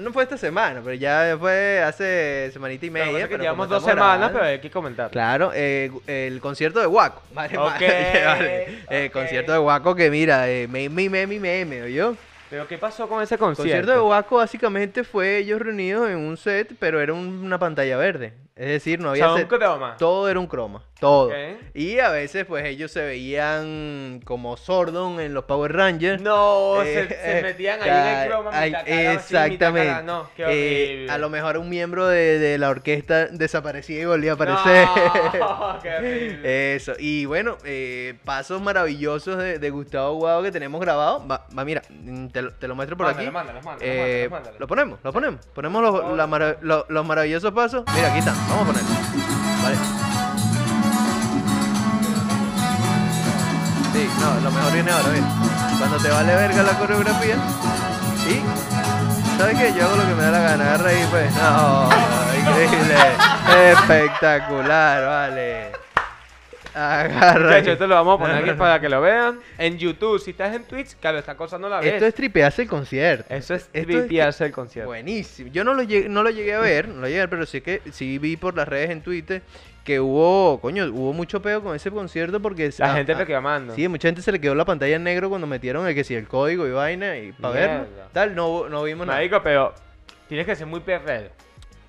Speaker 1: No fue esta semana, pero ya fue hace semanita y
Speaker 3: Lo que
Speaker 1: media.
Speaker 3: pasa es que
Speaker 1: pero
Speaker 3: llevamos
Speaker 1: como
Speaker 3: dos
Speaker 1: estamos
Speaker 3: semanas,
Speaker 1: grabando-
Speaker 3: pero hay que comentar.
Speaker 1: Claro, eh, gu- el concierto de Guaco. [laughs] Vale,
Speaker 3: Ok,
Speaker 1: vale, vale. Eh,
Speaker 3: ok.
Speaker 1: concierto de Guaco que mira, eh, meme, meme, meme, ¿oyó?
Speaker 3: Pero ¿qué pasó con ese
Speaker 1: El concierto de
Speaker 3: concierto?
Speaker 1: Guaco básicamente fue ellos reunidos en un set, pero era un- una pantalla verde. Es decir, no
Speaker 3: O
Speaker 1: había...
Speaker 3: sea, un
Speaker 1: set-
Speaker 3: croma.
Speaker 1: Todo era un croma, todo.
Speaker 3: Ok.
Speaker 1: Y a veces pues ellos se veían como Sordon en los Power Rangers.
Speaker 3: [laughs] No,
Speaker 1: Eh,
Speaker 3: se, se
Speaker 1: eh,
Speaker 3: metían ahí en
Speaker 1: ca-
Speaker 3: el croma.
Speaker 1: ay,
Speaker 3: mitad cara, sí, mitad
Speaker 1: exactamente.
Speaker 3: cara, no, qué
Speaker 1: Eh,
Speaker 3: horrible.
Speaker 1: a lo mejor un miembro de, de la orquesta desaparecía y volvía a
Speaker 3: [laughs]
Speaker 1: aparecer. [laughs]
Speaker 3: No, qué horrible.
Speaker 1: Eso, y bueno, eh, pasos maravillosos de, de Gustavo Guado que tenemos grabado. Va, va, mira, mm, te, lo- te lo muestro por
Speaker 3: Mándalo,
Speaker 1: aquí.
Speaker 3: mándalo, mándalo,
Speaker 1: Eh,
Speaker 3: mándalo, mándalo.
Speaker 1: Lo ponemos, lo ponemos. Ponemos los, la mara- lo- los maravillosos pasos. Mira, aquí están, vamos a ponerlos. Vale. Sí, no, lo mejor viene ahora, mira. Cuando te vale verga la coreografía. Y, ¿sabes qué? Yo hago lo que me da la gana, agarra y pues. No, increíble. Espectacular, vale. Agarra.
Speaker 3: Muchachos,
Speaker 1: y-
Speaker 3: esto lo vamos a poner
Speaker 1: No, [laughs]
Speaker 3: aquí
Speaker 1: no, no.
Speaker 3: para que lo vean. En YouTube, si estás en Twitch, claro, esta cosa no la ves.
Speaker 1: Esto es tripearse el concierto.
Speaker 3: Eso es
Speaker 1: Esto es-
Speaker 3: tripearse el concierto.
Speaker 1: Buenísimo. Yo no lo llegué, no lo llegué a ver, no lo llegué a ver, pero sí que sí vi por las redes en Twitter que hubo, coño, hubo mucho peo con ese concierto porque
Speaker 3: La
Speaker 1: ah,
Speaker 3: gente
Speaker 1: ah,
Speaker 3: te quedó amando.
Speaker 1: Sí, mucha gente se le quedó la pantalla en negro cuando metieron el que si el código y vaina y para verlo.
Speaker 3: Mierda.
Speaker 1: Tal, no, no vimos nada.
Speaker 3: Marico, pero tienes que ser muy perrero.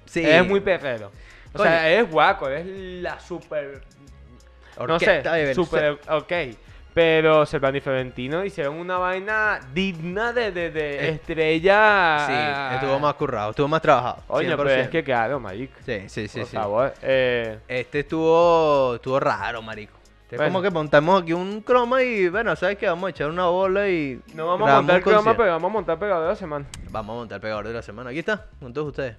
Speaker 1: Sí.
Speaker 3: Eres muy perrero. O
Speaker 1: Coño.
Speaker 3: sea, eres guaco, eres la super.
Speaker 1: Orquesta
Speaker 3: no
Speaker 1: de
Speaker 3: sé,
Speaker 1: Belén-
Speaker 3: super. Ok. Pero Servando y Florentino hicieron una vaina digna de, de,
Speaker 1: Eh,
Speaker 3: de estrella.
Speaker 1: Sí, estuvo más currado, estuvo más trabajado.
Speaker 3: Coño, pero
Speaker 1: 100%.
Speaker 3: es que claro, marico.
Speaker 1: Sí, sí, sí.
Speaker 3: Por
Speaker 1: sí.
Speaker 3: favor. Eh,
Speaker 1: Este estuvo, estuvo raro, marico. Este Es
Speaker 3: Bueno.
Speaker 1: como que montamos aquí un croma y bueno, ¿sabes qué? Vamos a echar una bola y.
Speaker 3: no vamos a
Speaker 1: grabamos
Speaker 3: montar
Speaker 1: un
Speaker 3: croma,
Speaker 1: concierto.
Speaker 3: pero vamos a montar pegadero [laughs] semana.
Speaker 1: Vamos a montar pegador de la semana. Aquí está, con todos
Speaker 3: [laughs]
Speaker 1: ustedes.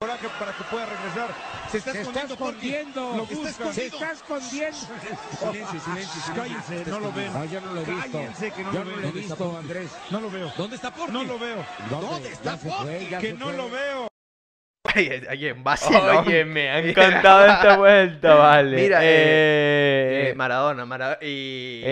Speaker 4: Coraje para que pueda regresar. Se está
Speaker 5: Se está
Speaker 4: escondiendo. Corti.
Speaker 5: escondiendo.
Speaker 4: Lo busca.
Speaker 5: Se está escondiendo.
Speaker 4: Silencio, silencio, silencio.
Speaker 5: Cállense,
Speaker 4: Está
Speaker 5: no lo ven.
Speaker 4: escondido. Ah, ya no lo he visto.
Speaker 5: Cállense, que no
Speaker 4: Ya
Speaker 5: lo
Speaker 4: no
Speaker 5: ven.
Speaker 4: lo he
Speaker 5: ¿Dónde está
Speaker 4: visto,
Speaker 5: Porky?
Speaker 4: Andrés. No lo veo.
Speaker 5: ¿Dónde está Porky?
Speaker 4: No lo veo.
Speaker 5: ¿Dónde está
Speaker 4: Ya se fue,
Speaker 5: Porky?
Speaker 4: ya
Speaker 5: Que
Speaker 4: se
Speaker 5: no
Speaker 4: fue.
Speaker 5: lo veo.
Speaker 1: Ay, ay, en vacilón.
Speaker 3: Oye, me ha [laughs] encantado esta vuelta, vale.
Speaker 1: Mira,
Speaker 3: eh,
Speaker 1: Eh, Maradona, Maradona. Y...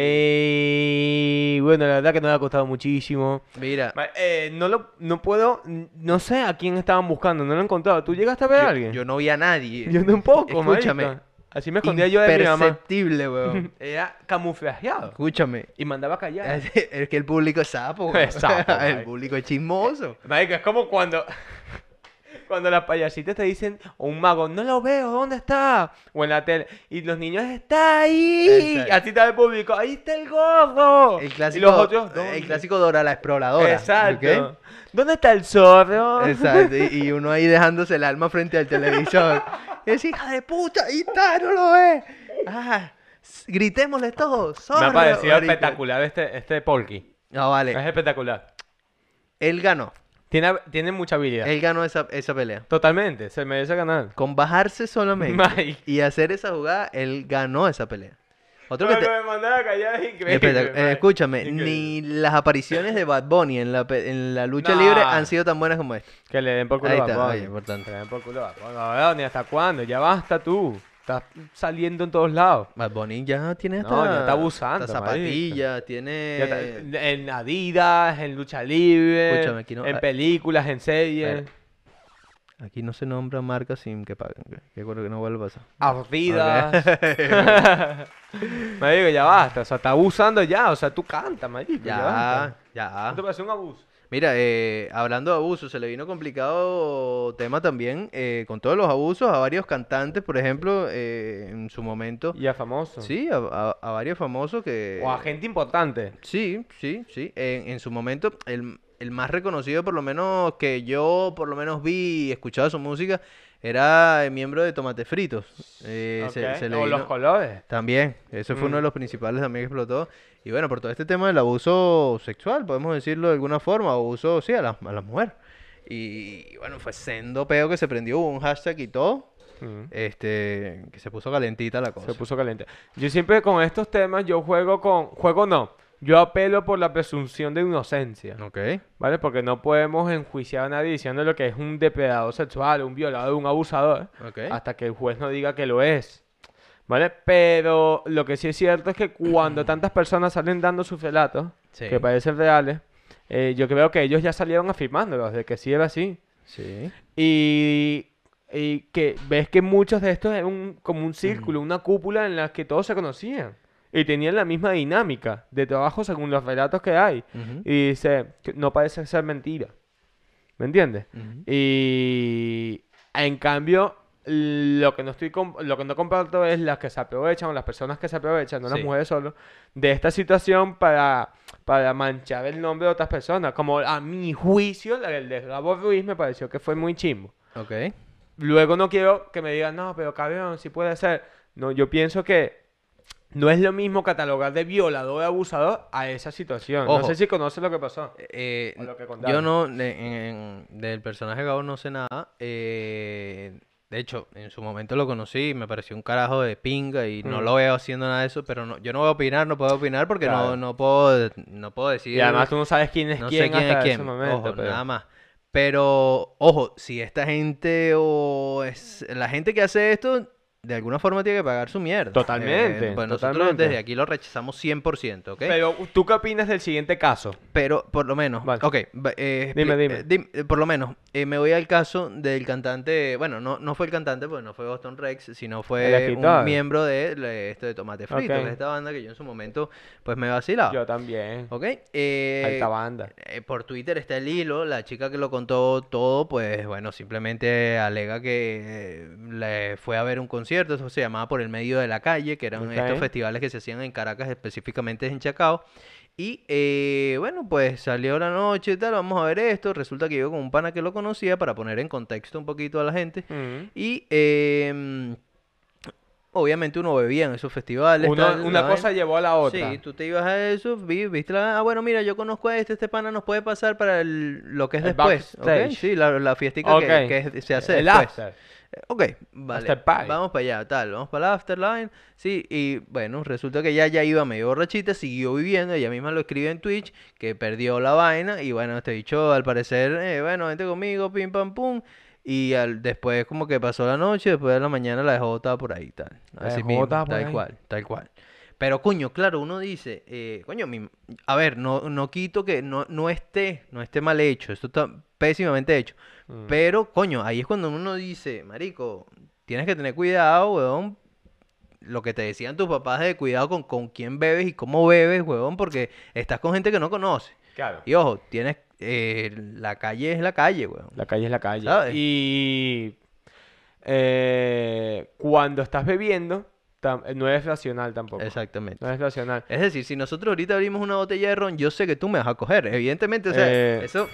Speaker 3: Eh, bueno, la verdad que nos ha costado muchísimo.
Speaker 1: Mira,
Speaker 3: Ma- eh, no lo, no puedo, no sé a quién estaban buscando, no lo he encontrado. ¿Tú llegaste a ver a
Speaker 1: yo,
Speaker 3: alguien?
Speaker 1: yo no vi a nadie.
Speaker 3: Yo tampoco,
Speaker 1: Escúchame.
Speaker 3: marica. Así me escondía yo de mi mamá.
Speaker 1: Imperceptible,
Speaker 3: [laughs]
Speaker 1: weón.
Speaker 3: Era camuflajeado
Speaker 1: Escúchame.
Speaker 3: y mandaba callar.
Speaker 1: [laughs] Es que el público es sapo, weón. [laughs]
Speaker 3: Es sapo,
Speaker 1: El
Speaker 3: marico.
Speaker 1: público es chismoso.
Speaker 3: Marico, es como cuando, [laughs] cuando las payasitas te dicen, o un mago, no lo veo, ¿dónde está? O en la tele, y los niños, está ahí.
Speaker 1: Exacto.
Speaker 3: Así está el público, ahí está el gordo.
Speaker 1: El clásico,
Speaker 3: y los otros,
Speaker 1: el
Speaker 3: "¿Dónde?".
Speaker 1: clásico Dora la exploradora.
Speaker 3: Exacto.
Speaker 1: ¿ok?
Speaker 3: ¿Dónde está el zorro? [laughs]
Speaker 1: Exacto. Y, y uno ahí dejándose el alma frente al televisor. Es hija de puta, ahí está, no lo ve. Ah, s- gritémosle todos.
Speaker 3: Me ha
Speaker 1: zorro,
Speaker 3: parecido
Speaker 1: marico.
Speaker 3: espectacular este, este Polky.
Speaker 1: No,
Speaker 3: Es
Speaker 1: vale.
Speaker 3: espectacular.
Speaker 1: Él ganó.
Speaker 3: Tiene, tiene mucha habilidad.
Speaker 1: Él ganó esa, esa pelea.
Speaker 3: Totalmente, se merece ganar.
Speaker 1: Con bajarse solamente
Speaker 3: Mike.
Speaker 1: y hacer esa jugada, él ganó esa pelea. Otro que te-
Speaker 3: Lo de mandar a callar es increíble,
Speaker 1: Espera, eh,
Speaker 3: madre.
Speaker 1: escúchame,
Speaker 3: Increíble.
Speaker 1: ni las apariciones de Bad Bunny en la, pe- en la lucha
Speaker 3: Nah.
Speaker 1: libre han sido tan buenas como esta.
Speaker 3: Que le den por culo
Speaker 1: Ahí
Speaker 3: a
Speaker 1: está,
Speaker 3: Bonnie.
Speaker 1: oye, importante.
Speaker 3: Que le den por culo a Bonnie. No, no, ni hasta cuándo, ya basta tú. Estás saliendo en todos lados.
Speaker 1: Bad Bunny ya tiene
Speaker 3: No,
Speaker 1: hasta,
Speaker 3: ya está abusando,
Speaker 1: hasta zapatillas, tiene...
Speaker 3: Ya está- en Adidas, en lucha libre,
Speaker 1: Eh. Escúchame, aquí no- Eh.
Speaker 3: en
Speaker 1: ah,
Speaker 3: películas, en series,
Speaker 1: Mira. Aquí no se nombra marca sin que paguen, que- que creo que no vuelva a pasar.
Speaker 3: ardidas. [laughs] me digo, ya basta, o sea, está abusando ya, o sea, tú canta, marico, ya,
Speaker 1: Ya,
Speaker 3: basta.
Speaker 1: ya.
Speaker 3: ¿No te parece un abuso?
Speaker 1: Mira, eh, hablando de abusos, se le vino complicado tema también eh, con todos los abusos a varios cantantes, por ejemplo, eh, en su momento.
Speaker 3: Y a famoso.
Speaker 1: Sí, a, a- a varios famosos que...
Speaker 3: O a gente importante.
Speaker 1: Sí, sí, sí. En, en su momento, el, el más reconocido, por lo menos que yo, por lo menos vi y escuchaba su música, era el miembro de Tomates Fritos. Eh, se-
Speaker 3: Ok.
Speaker 1: se le
Speaker 3: o los
Speaker 1: vino-
Speaker 3: colores.
Speaker 1: También, eso fue uno de
Speaker 3: Mm.
Speaker 1: los principales también que explotó. Y bueno, por todo este tema del abuso sexual, podemos decirlo de alguna forma, abuso, sí, a las a las mujeres. Y bueno, fue sendo peo que se prendió, hubo un hashtag y todo,
Speaker 3: Mm.
Speaker 1: este, que se puso calentita la cosa.
Speaker 3: Se puso caliente. Yo siempre con estos temas, yo juego con... Juego no. Yo apelo por la presunción de inocencia.
Speaker 1: Ok.
Speaker 3: ¿Vale? Porque no podemos enjuiciar a nadie diciendo lo que es un depredador sexual, un violador, un abusador.
Speaker 1: Ok.
Speaker 3: Hasta que el juez no diga que lo es. ¿Vale? Pero lo que sí es cierto es
Speaker 1: [clears throat]
Speaker 3: que cuando tantas personas salen dando sus relatos,
Speaker 1: Sí.
Speaker 3: que parecen reales, eh, yo creo que ellos ya salieron afirmándolos de que sí era así.
Speaker 1: Sí.
Speaker 3: Y, y que ves que muchos de estos es un, como un círculo, una cúpula en la que todos se conocían. Y tenían la misma dinámica de trabajo según los relatos que hay.
Speaker 1: Ujú.
Speaker 3: Y dice, que no parece ser mentira. ¿Me entiendes?
Speaker 1: Ujú.
Speaker 3: Y en cambio, Lo que no estoy com- lo que no comparto es las que se aprovechan o las personas que se aprovechan, no las
Speaker 5: Sí.
Speaker 3: mujeres solo, de esta situación para, para manchar el nombre de otras personas. Como a mi juicio, la- el de Gabo Ruiz me pareció que fue muy chimbo.
Speaker 1: Ok.
Speaker 3: Luego no quiero que me digan, no, pero cabrón, sí puede ser. No, yo pienso que no es lo mismo catalogar de violador abusador a esa situación. No
Speaker 1: Ojo.
Speaker 3: sé si conoces lo que pasó.
Speaker 1: Eh,
Speaker 3: O lo que
Speaker 1: yo
Speaker 3: contaron.
Speaker 1: no, de- en- en- del personaje Gabo no sé nada. eh, de hecho, en su momento lo conocí y me pareció un carajo de pinga y no
Speaker 3: Mm.
Speaker 1: lo veo haciendo nada de eso, pero no, yo no voy a opinar, no puedo opinar porque
Speaker 3: Claro.
Speaker 1: no, no puedo, no puedo decir...
Speaker 3: Y además tú no sabes quién es
Speaker 1: no
Speaker 3: quién
Speaker 1: sé quién
Speaker 3: hasta
Speaker 1: es
Speaker 3: ese
Speaker 1: quién.
Speaker 3: momento,
Speaker 1: ojo,
Speaker 3: pero-
Speaker 1: nada más. Pero, ojo, si esta gente o es, la gente que hace esto, de alguna forma tiene que pagar su mierda.
Speaker 3: Totalmente,
Speaker 1: pues nosotros
Speaker 3: totalmente.
Speaker 1: desde aquí lo rechazamos 100%, ¿ok? Pero,
Speaker 3: Pero, ¿tú qué opinas del siguiente caso?
Speaker 1: por lo menos,
Speaker 3: Vale.
Speaker 1: ok, va- eh,
Speaker 3: Dime,
Speaker 1: expli-
Speaker 3: dime.
Speaker 1: eh, dim- eh, por lo menos, eh, me voy al caso del cantante, bueno, no, no fue el cantante, porque no fue Boston Rex, sino fue
Speaker 3: escritor.
Speaker 1: un miembro de, le- esto de Tomate Frito, que
Speaker 3: Ok.
Speaker 1: es esta banda que yo en su momento, pues me vacilaba.
Speaker 3: Yo también.
Speaker 1: ¿Ok? eh,
Speaker 3: Alta banda.
Speaker 1: eh, por Twitter está el hilo, la chica que lo contó todo, pues bueno, simplemente alega que eh, le fue a ver un concierto, eso se llamaba Por el Medio de la Calle, que eran
Speaker 3: Ok.
Speaker 1: estos festivales que se hacían en Caracas, específicamente en Chacao. Y eh, bueno, pues salió la noche y tal, vamos a ver esto, resulta que yo con un pana que lo conocía, para poner en contexto un poquito a la gente,
Speaker 3: Mm.
Speaker 1: y em, obviamente uno bebía en esos festivales.
Speaker 3: Uno-
Speaker 1: tal,
Speaker 3: una
Speaker 1: la
Speaker 3: cosa
Speaker 1: vaina.
Speaker 3: llevó a la otra.
Speaker 1: Sí, tú te ibas a eso, vi- viste la... Ah, bueno, mira, yo conozco a este, este pana nos puede pasar para el- lo que es
Speaker 3: El
Speaker 1: después. ¿ok?
Speaker 3: backstage.
Speaker 1: Sí, la, la fiestica que-
Speaker 3: Ok.
Speaker 1: que, es- se hace
Speaker 3: el
Speaker 1: después.
Speaker 3: after.
Speaker 1: Eh, Ok, vale.
Speaker 3: After party.
Speaker 1: Vamos para allá, tal, vamos para la Afterline. Sí, y bueno, resulta que ya, ya iba medio borrachita, siguió viviendo, ella misma lo escribe en Twitch, que perdió la vaina, y bueno, este bicho al parecer, eh, bueno, vente conmigo, pim pam pum. Y al, después como que pasó la noche, después de la mañana la dejó botada por ahí, tal.
Speaker 3: La
Speaker 1: Así
Speaker 3: dejó
Speaker 1: mismo,
Speaker 3: botada por
Speaker 1: tal
Speaker 3: pues, ahí.
Speaker 1: cual, tal cual. Pero coño, claro, uno dice, eh, coño, mi- a ver, no, no quito que no, no esté, no esté mal hecho, esto está pésimamente hecho.
Speaker 3: Mm.
Speaker 1: Pero, coño, ahí es cuando uno dice, marico, tienes que tener cuidado, weón. Lo que te decían tus papás de cuidado con, con quién bebes y cómo bebes, weón, porque estás con gente que no conoce.
Speaker 3: Claro.
Speaker 1: Y ojo, tienes, eh, la calle es la calle, weón.
Speaker 3: La calle es la calle.
Speaker 1: ¿Sabes?
Speaker 3: Y eh, cuando estás bebiendo, tam- eh, no es racional tampoco.
Speaker 1: Exactamente.
Speaker 3: No es racional.
Speaker 1: Es decir, si nosotros ahorita abrimos una botella de ron, yo sé que tú me vas a coger, evidentemente, o sea,
Speaker 3: Eh,
Speaker 1: eso...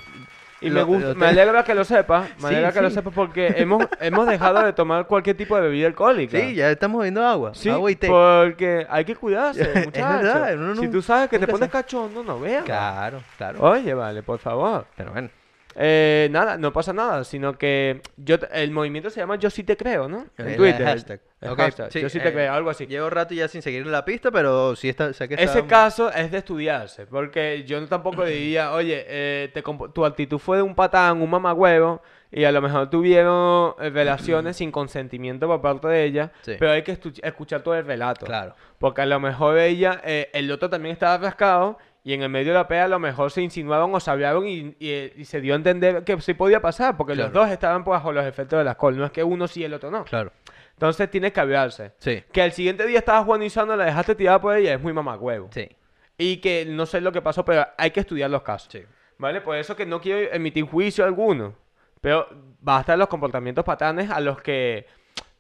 Speaker 3: Y
Speaker 1: lo-
Speaker 3: me, gusta,
Speaker 1: lo
Speaker 3: me
Speaker 1: te-
Speaker 3: alegra que
Speaker 1: [laughs]
Speaker 3: lo sepas, me
Speaker 1: Sí,
Speaker 3: alegra que lo
Speaker 1: sí.
Speaker 3: sepas porque
Speaker 1: [laughs]
Speaker 3: hemos, hemos dejado de tomar cualquier tipo de bebida alcohólica.
Speaker 1: Sí, ya estamos bebiendo agua,
Speaker 3: Sí,
Speaker 1: agua y té.
Speaker 3: porque hay que
Speaker 1: [laughs]
Speaker 3: cuidarse,
Speaker 1: Es verdad,
Speaker 3: muchachos.
Speaker 1: uno
Speaker 3: Si
Speaker 1: nu-
Speaker 3: tú sabes que te
Speaker 1: nunca
Speaker 3: pones
Speaker 1: sabe.
Speaker 3: cachondo, no veas.
Speaker 1: Claro, claro.
Speaker 3: Oye, vale, por favor.
Speaker 1: Pero bueno,
Speaker 3: Eh, nada, no pasa nada, sino que yo t- el movimiento se llama Yo sí te creo, ¿no? En
Speaker 1: el
Speaker 3: Twitter.
Speaker 1: hashtag.
Speaker 3: el
Speaker 1: Ok,
Speaker 3: hashtag,
Speaker 1: sí,
Speaker 3: yo sí te
Speaker 1: eh,
Speaker 3: creo, algo así.
Speaker 1: Llevo rato ya sin seguir la pista, pero sí está, sé que
Speaker 3: Ese
Speaker 1: está-
Speaker 3: caso es de estudiarse, porque yo no tampoco diría, oye, eh, te compo- tu actitud fue de un patán, un mamagüevo, y a lo mejor tuvieron
Speaker 1: [clears throat]
Speaker 3: eh, relaciones sin consentimiento por parte de ella,
Speaker 1: Sí.
Speaker 3: pero hay que estu- escuchar todo el relato.
Speaker 1: Claro.
Speaker 3: Porque a lo mejor ella, eh, el otro también estaba rascado, y en el medio de la pelea a lo mejor se insinuaron o se hablaron y, y, eh, y se dio a entender que sí podía pasar, porque los
Speaker 1: Claro.
Speaker 3: dos estaban pues, bajo los efectos del alcohol, no es que uno sí y el otro no.
Speaker 1: Claro.
Speaker 3: Entonces tienes que hablarse.
Speaker 1: Sí.
Speaker 3: Que al siguiente día estabas juanizando, la dejaste tirada por ella, es muy mamagüevo.
Speaker 1: Sí.
Speaker 3: Y que no sé lo que pasó, pero hay que estudiar los casos.
Speaker 1: Sí.
Speaker 3: ¿Vale? Por eso que no quiero emitir juicio alguno. Pero basta de los comportamientos patanes a los que.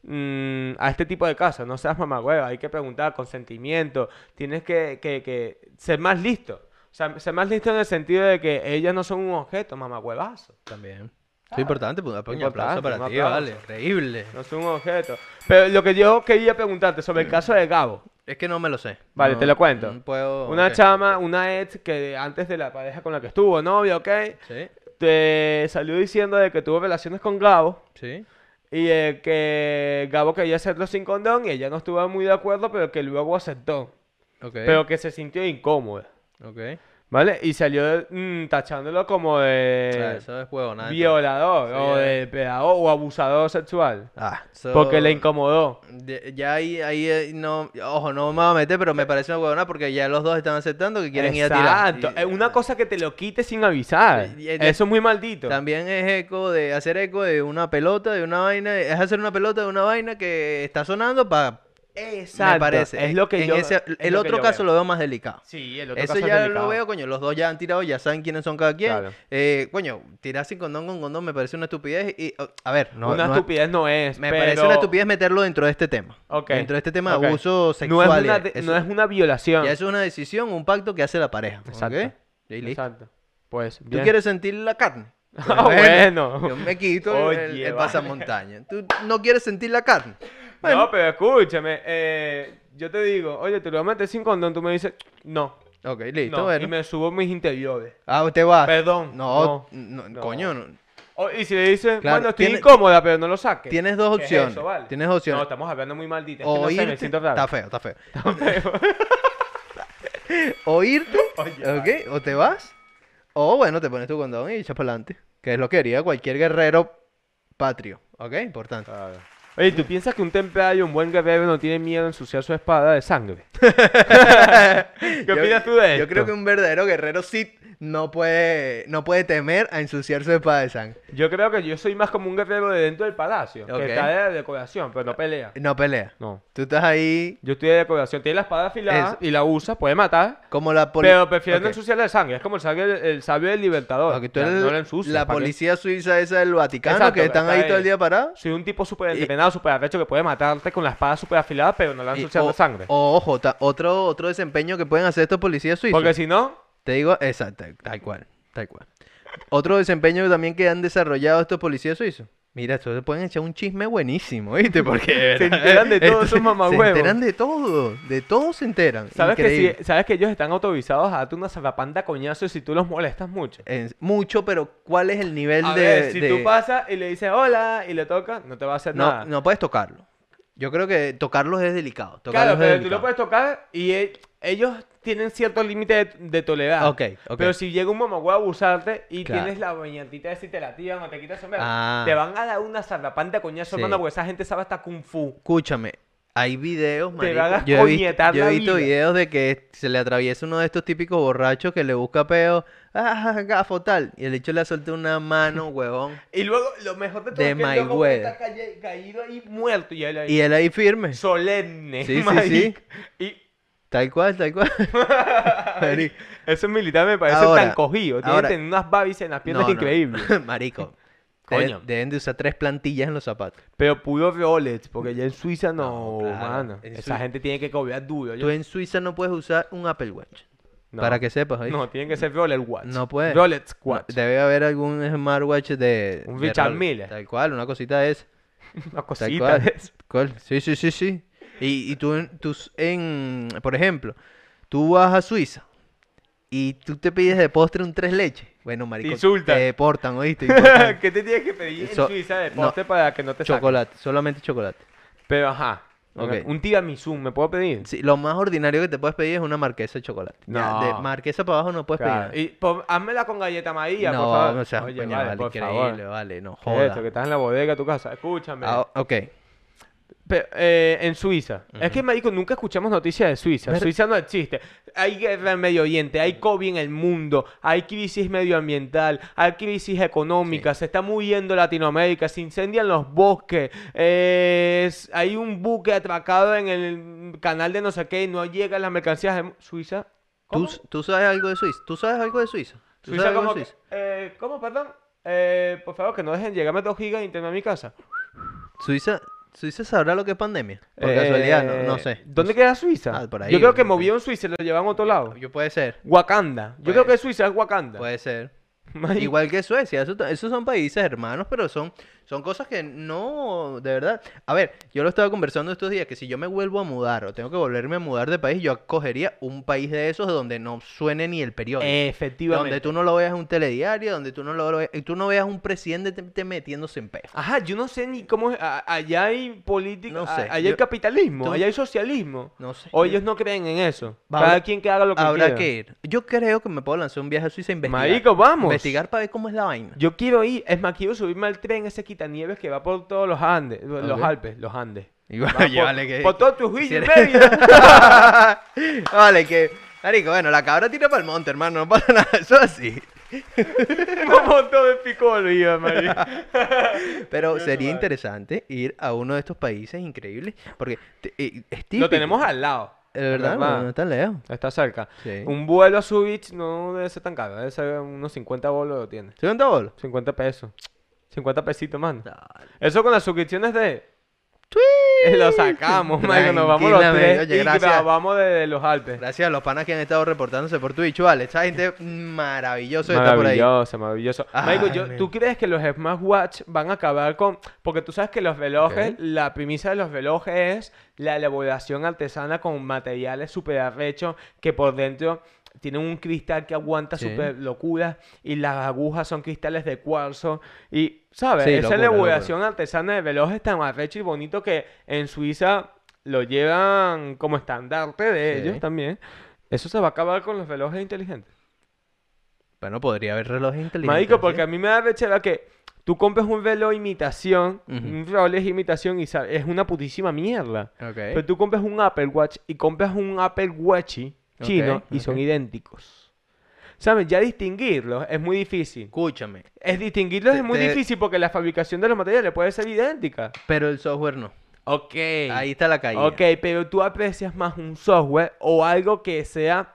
Speaker 3: mm, a este tipo de casos. No seas mamagüeva. Hay que preguntar consentimiento. Tienes que, que- que ser más listo. O sea, ser más listo en el sentido de que ellas no son un objeto, mamagüevazo.
Speaker 1: También. Es importante, pues, un
Speaker 3: Importante,
Speaker 1: aplauso para
Speaker 3: un
Speaker 1: ti,
Speaker 3: aplauso.
Speaker 1: vale. Increíble.
Speaker 3: No son un objeto. Pero lo que yo quería preguntarte sobre el caso de Gabo.
Speaker 1: Es que no me lo sé.
Speaker 3: Vale,
Speaker 1: No-
Speaker 3: te lo cuento.
Speaker 1: no puedo-
Speaker 3: Una
Speaker 1: ok.
Speaker 3: chama, una ex que antes de la pareja con la que estuvo, novia, ok,
Speaker 1: Sí,
Speaker 3: te salió diciendo de que tuvo relaciones con Gabo
Speaker 1: sí.
Speaker 3: y eh, que Gabo quería hacerlo sin condón y ella no estuvo muy de acuerdo, pero que luego aceptó.
Speaker 1: Ok.
Speaker 3: Pero que se sintió incómoda,
Speaker 1: Ok.
Speaker 3: ¿vale? Y salió mm, tachándolo como
Speaker 1: Ah,
Speaker 3: de
Speaker 1: eso es huevo, nada.
Speaker 3: violador
Speaker 1: Sí,
Speaker 3: o
Speaker 1: eh.
Speaker 3: de depredador o abusador sexual.
Speaker 1: Ah, eso-
Speaker 3: Porque le incomodó.
Speaker 1: De- ya ahí, ahí eh, no, ojo, no me voy a meter, pero
Speaker 3: Eh,
Speaker 1: me parece una huevona porque ya los dos están aceptando que quieren ir a tirar. Y-
Speaker 3: Exacto.
Speaker 1: eh,
Speaker 3: Es una cosa que te lo quite sin avisar.
Speaker 1: Y- y- y-
Speaker 3: Eso es muy maldito.
Speaker 1: También es eco de hacer eco de una pelota, de una vaina, es hacer una pelota de una vaina que está sonando para
Speaker 3: Exacto.
Speaker 1: me parece.
Speaker 3: Es lo que
Speaker 1: En
Speaker 3: yo.
Speaker 1: ese-
Speaker 3: es
Speaker 1: el
Speaker 3: lo que
Speaker 1: otro
Speaker 3: yo
Speaker 1: caso
Speaker 3: veo.
Speaker 1: lo veo más delicado.
Speaker 3: Sí, el otro
Speaker 1: Eso
Speaker 3: caso es
Speaker 1: ya lo
Speaker 3: delicado.
Speaker 1: veo, coño, los dos ya han tirado, ya saben quiénes son cada quien.
Speaker 3: Claro.
Speaker 1: Eh, coño, tirar sin condón con condón me parece una estupidez y, oh, a ver, no,
Speaker 3: una
Speaker 1: no-
Speaker 3: estupidez no es.
Speaker 1: me
Speaker 3: pero-
Speaker 1: parece una estupidez meterlo dentro de este tema.
Speaker 3: Ok,
Speaker 1: Dentro de este tema
Speaker 3: ok.
Speaker 1: de abuso
Speaker 3: No
Speaker 1: sexual.
Speaker 3: es, una,
Speaker 1: y-
Speaker 3: de-
Speaker 1: eso-
Speaker 3: no es una violación.
Speaker 1: ya eso es una decisión, un pacto que hace la pareja. ¿ok?
Speaker 3: Exacto.
Speaker 1: Y listo.
Speaker 3: Exacto. Pues.
Speaker 1: ¿Tú [laughs]
Speaker 3: bien.
Speaker 1: quieres sentir la carne?
Speaker 3: Ah, bueno.
Speaker 1: Yo me quito el-
Speaker 3: Oye,
Speaker 1: el, el
Speaker 3: vale.
Speaker 1: pasamontaña. ¿Tú no quieres sentir la carne?
Speaker 3: No, pero escúchame. eh, yo te digo, oye, te lo voy a meter sin condón. Tú me dices, no.
Speaker 1: Ok, listo,
Speaker 3: no,
Speaker 1: bueno.
Speaker 3: Y me subo mis interiores.
Speaker 1: Ah, usted va.
Speaker 3: Perdón,
Speaker 1: No,
Speaker 3: no,
Speaker 1: no,
Speaker 3: no.
Speaker 1: coño. no.
Speaker 3: O- Oh, y si le dices,
Speaker 1: Claro,
Speaker 3: bueno, estoy
Speaker 1: tiene-
Speaker 3: incómoda, pero no lo saques.
Speaker 1: Tienes dos
Speaker 3: ¿Qué es
Speaker 1: opciones.
Speaker 3: eso, vale?
Speaker 1: Tienes opciones.
Speaker 3: No, estamos hablando muy maldita. Es que no sé,
Speaker 1: Oírte.
Speaker 3: me siento raro.
Speaker 1: está feo, está feo.
Speaker 3: [laughs]
Speaker 1: [laughs] Oírte.
Speaker 3: [laughs] Oye,
Speaker 1: ok, o te vas. O bueno, te pones tu condón y echas para adelante. Que es lo que haría cualquier guerrero patrio. Ok, importante.
Speaker 3: [laughs] Claro. Oye, ¿tú piensas que un templario, un buen guerrero, no tiene miedo a ensuciar su espada de sangre? ¿Qué
Speaker 1: Yo-
Speaker 3: opinas tú de
Speaker 1: Yo creo que
Speaker 3: esto?
Speaker 1: un verdadero guerrero Sith no puede, no puede temer a ensuciar su espada de sangre.
Speaker 3: Yo creo que yo soy más como un guerrero de dentro del palacio,
Speaker 1: Ok.
Speaker 3: que está de decoración, pero no pelea.
Speaker 1: No pelea.
Speaker 3: No.
Speaker 1: Tú estás ahí
Speaker 3: Yo estoy de decoración. Tiene la espada afilada
Speaker 1: Eso.
Speaker 3: y la usa, puede matar,
Speaker 1: como la policía.
Speaker 3: pero prefiere no ensuciarle de sangre. Es como el, sangre, el sabio del libertador. Ya, no lo ensucia.
Speaker 1: la
Speaker 3: ¿para qué?
Speaker 1: policía suiza esa del Vaticano
Speaker 3: Exacto,
Speaker 1: que están
Speaker 3: está
Speaker 1: ahí todo
Speaker 3: ahí.
Speaker 1: el día parados.
Speaker 3: Soy un tipo súper entrenado, súper arrecho, que puede matarte con la espada súper afilada, pero no la
Speaker 1: Y-
Speaker 3: ensuciar
Speaker 1: o-
Speaker 3: de sangre.
Speaker 1: o, ojo, ta- otro, otro desempeño que pueden hacer estos policías suizos.
Speaker 3: Porque si no,
Speaker 1: Te digo, exacto, tal cual, tal cual. Otro desempeño también que han desarrollado estos policías suizos. Mira, esto le pueden echar un chisme buenísimo, ¿viste?
Speaker 3: [laughs]
Speaker 1: Porque
Speaker 3: Se
Speaker 1: ¿verdad?
Speaker 3: enteran de todo
Speaker 1: Esto-
Speaker 3: esos mamahuevos.
Speaker 1: [laughs] Se enteran de todo, de todo se enteran.
Speaker 3: sabes que,
Speaker 1: Increíble.
Speaker 3: si- sabes que ellos están autorizados a darte una zarrapanda coñazo si tú los molestas mucho.
Speaker 1: En- mucho, pero ¿cuál es el nivel
Speaker 3: A
Speaker 1: de,
Speaker 3: ver, si
Speaker 1: de-
Speaker 3: tú pasas y le dices hola y le tocas, no te va a hacer
Speaker 1: No,
Speaker 3: nada.
Speaker 1: no puedes tocarlo. Yo creo que tocarlos es delicado.
Speaker 3: claro,
Speaker 1: Tocarlos
Speaker 3: pero
Speaker 1: es
Speaker 3: tú lo
Speaker 1: delicado.
Speaker 3: puedes tocar y e- ellos tienen cierto límite de, de tolerancia.
Speaker 1: Ok, ok.
Speaker 3: Pero si llega un mamagüey a abusarte y
Speaker 1: Claro.
Speaker 3: tienes la bañantita de si te la tiran o te quitas el sombrero,
Speaker 1: Ah.
Speaker 3: te van a dar una zarrapanda coñazo,
Speaker 1: Sí.
Speaker 3: hermano, porque esa gente sabe hasta kung fu.
Speaker 1: Escúchame, hay videos,
Speaker 3: Te
Speaker 1: marico.
Speaker 3: van a
Speaker 1: Yo he visto,
Speaker 3: coñetar
Speaker 1: yo he
Speaker 3: la
Speaker 1: visto
Speaker 3: vida.
Speaker 1: videos de que se le atraviesa uno de estos típicos borrachos que le busca peo. Ah, gafo tal. Y el hecho le suelta una
Speaker 3: [laughs]
Speaker 1: mano, huevón.
Speaker 3: Y luego, lo mejor de todo
Speaker 1: De
Speaker 3: es que el loco
Speaker 1: Mayweather.
Speaker 3: está calle- caído ahí muerto y él ahí
Speaker 1: Y él ahí firme.
Speaker 3: solemne,
Speaker 1: Sí, sí,
Speaker 3: marico. Y
Speaker 1: Tal cual, tal
Speaker 3: [laughs]
Speaker 1: cual. Marico.
Speaker 3: esos militares me parecen
Speaker 1: Ahora,
Speaker 3: tan cogidos. Tienen
Speaker 1: ahora-
Speaker 3: que tener unas babis en las piernas
Speaker 1: No, no. [laughs]
Speaker 3: increíbles.
Speaker 1: Marico.
Speaker 3: [laughs] Coño.
Speaker 1: Deben, deben de usar tres plantillas en los zapatos.
Speaker 3: Pero puro Rolex, porque ya en Suiza no,
Speaker 1: No, claro.
Speaker 3: mano.
Speaker 1: En
Speaker 3: Esa
Speaker 1: Sui-
Speaker 3: gente tiene que cobrar duro. yo-
Speaker 1: Tú en Suiza no puedes usar un Apple Watch.
Speaker 3: No.
Speaker 1: Para que sepas, ¿oíste?
Speaker 3: No, tienen que ser Rolex Watch.
Speaker 1: No puede.
Speaker 3: Rolex
Speaker 1: No,
Speaker 3: Watch.
Speaker 1: debe haber algún smartwatch de.
Speaker 3: Un
Speaker 1: de
Speaker 3: Richard
Speaker 1: Rolex.
Speaker 3: Miller.
Speaker 1: Tal cual, una cosita es.
Speaker 3: Una
Speaker 1: Tal
Speaker 3: cosita
Speaker 1: cual.
Speaker 3: de
Speaker 1: [laughs]
Speaker 3: eso.
Speaker 1: cual. Sí, sí, sí, sí. Y, y tú, en, tus- en, por ejemplo, tú vas a Suiza y tú te pides de postre un tres leches. Bueno, marico,
Speaker 3: insultan.
Speaker 1: te deportan,
Speaker 3: [laughs]
Speaker 1: ¿oíste? Importan
Speaker 3: ¿Qué te tienes que pedir en
Speaker 1: Eso-
Speaker 3: Suiza de
Speaker 1: no.
Speaker 3: postre para que no te saquen?
Speaker 1: chocolate, solamente chocolate.
Speaker 3: Pero ajá.
Speaker 1: Ok.
Speaker 3: Un tiramisú, ¿me puedo pedir?
Speaker 1: Sí, lo más ordinario que te puedes pedir es una marquesa de chocolate. Ya, de
Speaker 3: No.
Speaker 1: marquesa para abajo no puedes
Speaker 3: Claro,
Speaker 1: pedir.
Speaker 3: Y por- házmela con galleta María,
Speaker 1: no,
Speaker 3: por favor.
Speaker 1: o sea,
Speaker 3: Oye,
Speaker 1: coño,
Speaker 3: vale,
Speaker 1: vale,
Speaker 3: por
Speaker 1: increíble,
Speaker 3: favor.
Speaker 1: vale, no
Speaker 3: ¿Qué es
Speaker 1: joda.
Speaker 3: esto? Que estás en la bodega de tu casa. Escúchame.
Speaker 1: Ah, ok.
Speaker 3: Pe- eh, en Suiza. Es que, marico, nunca escuchamos noticias de Suiza.
Speaker 1: Ver-
Speaker 3: Suiza no existe. Hay guerra en Medio Oriente, hay COVID en el mundo, hay crisis medioambiental, hay crisis económica, se está muriendo Latinoamérica, se incendian los bosques, eh, es- hay un buque atracado en el canal de no sé qué y no llegan las mercancías de Suiza.
Speaker 1: ¿Tú,
Speaker 3: ¿Cómo?
Speaker 1: tú sabes algo de Suiza? ¿Tú sabes algo de Suiza? ¿Tú
Speaker 3: Suiza
Speaker 1: sabes algo
Speaker 3: como
Speaker 1: de
Speaker 3: que-
Speaker 1: Suiza?
Speaker 3: eh, ¿Cómo, perdón? Eh, por favor, que no dejen llegarme dos gigas de internet a mi casa.
Speaker 1: Suiza? ¿Suiza sabrá lo que es pandemia? Por
Speaker 3: Eh,
Speaker 1: casualidad, no, no sé. no
Speaker 3: ¿Dónde queda Suiza?
Speaker 1: Ah, por ahí,
Speaker 3: Yo creo
Speaker 1: por
Speaker 3: que
Speaker 1: ahí.
Speaker 3: movieron Suiza y lo llevaron a otro lado.
Speaker 1: Yo puede ser,
Speaker 3: Wakanda. Yo
Speaker 1: Puede-
Speaker 3: creo que Suiza es Wakanda.
Speaker 1: puede ser.
Speaker 3: [laughs] Marico.
Speaker 1: Igual que Suecia, eso ta- esos son países hermanos, pero son, son cosas que no, de verdad. A ver, yo lo estaba conversando estos días, que si yo me vuelvo a mudar o tengo que volverme a mudar de país, yo acogería un país de esos donde no suene ni el periódico.
Speaker 3: Eh,
Speaker 1: donde
Speaker 3: Efectivamente.
Speaker 1: tú no lo veas en un telediario, donde tú no lo veas, y tú no veas un presidente te, te metiéndose en pez.
Speaker 3: Ajá, yo no sé ni cómo es. a- Allá hay política.
Speaker 1: No
Speaker 3: a-
Speaker 1: sé,
Speaker 3: Allá hay
Speaker 1: yo-
Speaker 3: capitalismo.
Speaker 1: tú-
Speaker 3: Allá hay socialismo.
Speaker 1: No sé.
Speaker 3: O ellos no creen en eso.
Speaker 1: Habrá-
Speaker 3: Cada quien que haga lo que
Speaker 1: Habrá
Speaker 3: quiera.
Speaker 1: que ir. Yo creo que me puedo lanzar un viaje a Suiza a investigar.
Speaker 3: Marico, vamos.
Speaker 1: Investigar para ver cómo es la vaina.
Speaker 3: Yo quiero ir. Es más, quiero subirme al tren ese quitanieves que va por todos los Andes. Los
Speaker 1: Ok.
Speaker 3: Alpes, los Andes.
Speaker 1: Y bueno,
Speaker 3: Va por,
Speaker 1: ya vale que-
Speaker 3: por todo Trujillo
Speaker 1: si
Speaker 3: y
Speaker 1: eres- [laughs]
Speaker 3: Mérida.
Speaker 1: vale, que. Marico, bueno, la cabra tira para el monte, hermano, no pasa nada, eso es así.
Speaker 3: [laughs] Un montón de picolo,
Speaker 1: [laughs]
Speaker 3: iba, marica.
Speaker 1: Pero
Speaker 3: Yo
Speaker 1: sería
Speaker 3: no, vale.
Speaker 1: interesante ir a uno de estos países increíbles. Porque te- eh, es típico.
Speaker 3: Lo tenemos al lado.
Speaker 1: De verdad, no, no está lejos.
Speaker 3: Está cerca.
Speaker 1: Sí.
Speaker 3: Un vuelo a Zurich no debe ser tan caro. Debe ser unos 50 bolos lo tiene.
Speaker 1: ¿Se cuenta bol?
Speaker 3: 50 pesos. 50 pesitos, mano. Eso con las suscripciones de... [laughs] Lo sacamos, marico. Nos vamos los
Speaker 1: Tranquilamente,
Speaker 3: tres
Speaker 1: oye,
Speaker 3: y
Speaker 1: gracias.
Speaker 3: grabamos desde los Alpes.
Speaker 1: Gracias a los panas que han estado reportándose por Twitch, vale. Esta
Speaker 3: [laughs]
Speaker 1: gente maravillosa que está por ahí.
Speaker 3: Maravilloso, maravilloso. Marico,
Speaker 1: Ay,
Speaker 3: yo-
Speaker 1: men.
Speaker 3: ¿tú crees que los Smart Watch van a acabar con...? Porque tú sabes que los relojes,
Speaker 1: Ok.
Speaker 3: la premisa de los relojes es la elaboración artesana con materiales súper arrechos que por dentro tienen un cristal que aguanta
Speaker 1: Sí.
Speaker 3: súper locuras y las agujas son cristales de cuarzo y, ¿sabes?
Speaker 1: Sí,
Speaker 3: Esa
Speaker 1: locura, locura.
Speaker 3: elaboración artesana de relojes tan arrecho y bonito que en Suiza lo llevan como estandarte de
Speaker 1: Sí.
Speaker 3: ellos también. Eso se va a acabar con los relojes inteligentes.
Speaker 1: Bueno, podría haber relojes inteligentes.
Speaker 3: Marico,
Speaker 1: ¿sí?
Speaker 3: porque a mí me da rechera que tú compres un reloj imitación,
Speaker 1: Ujú.
Speaker 3: un reloj es imitación y sa- es una putísima mierda.
Speaker 1: Ok.
Speaker 3: Pero tú compras un Apple Watch y compras un Apple Watch chino
Speaker 1: Ok,
Speaker 3: y son
Speaker 1: ok.
Speaker 3: idénticos. ¿Sabes? Ya distinguirlos es muy difícil.
Speaker 1: Escúchame.
Speaker 3: Es distinguirlos
Speaker 1: Te-
Speaker 3: es muy
Speaker 1: te-
Speaker 3: difícil porque la fabricación de los materiales puede ser idéntica.
Speaker 1: Pero el software no.
Speaker 3: Ok.
Speaker 1: Ahí está la caída.
Speaker 3: Ok, pero tú aprecias más un software o algo que sea...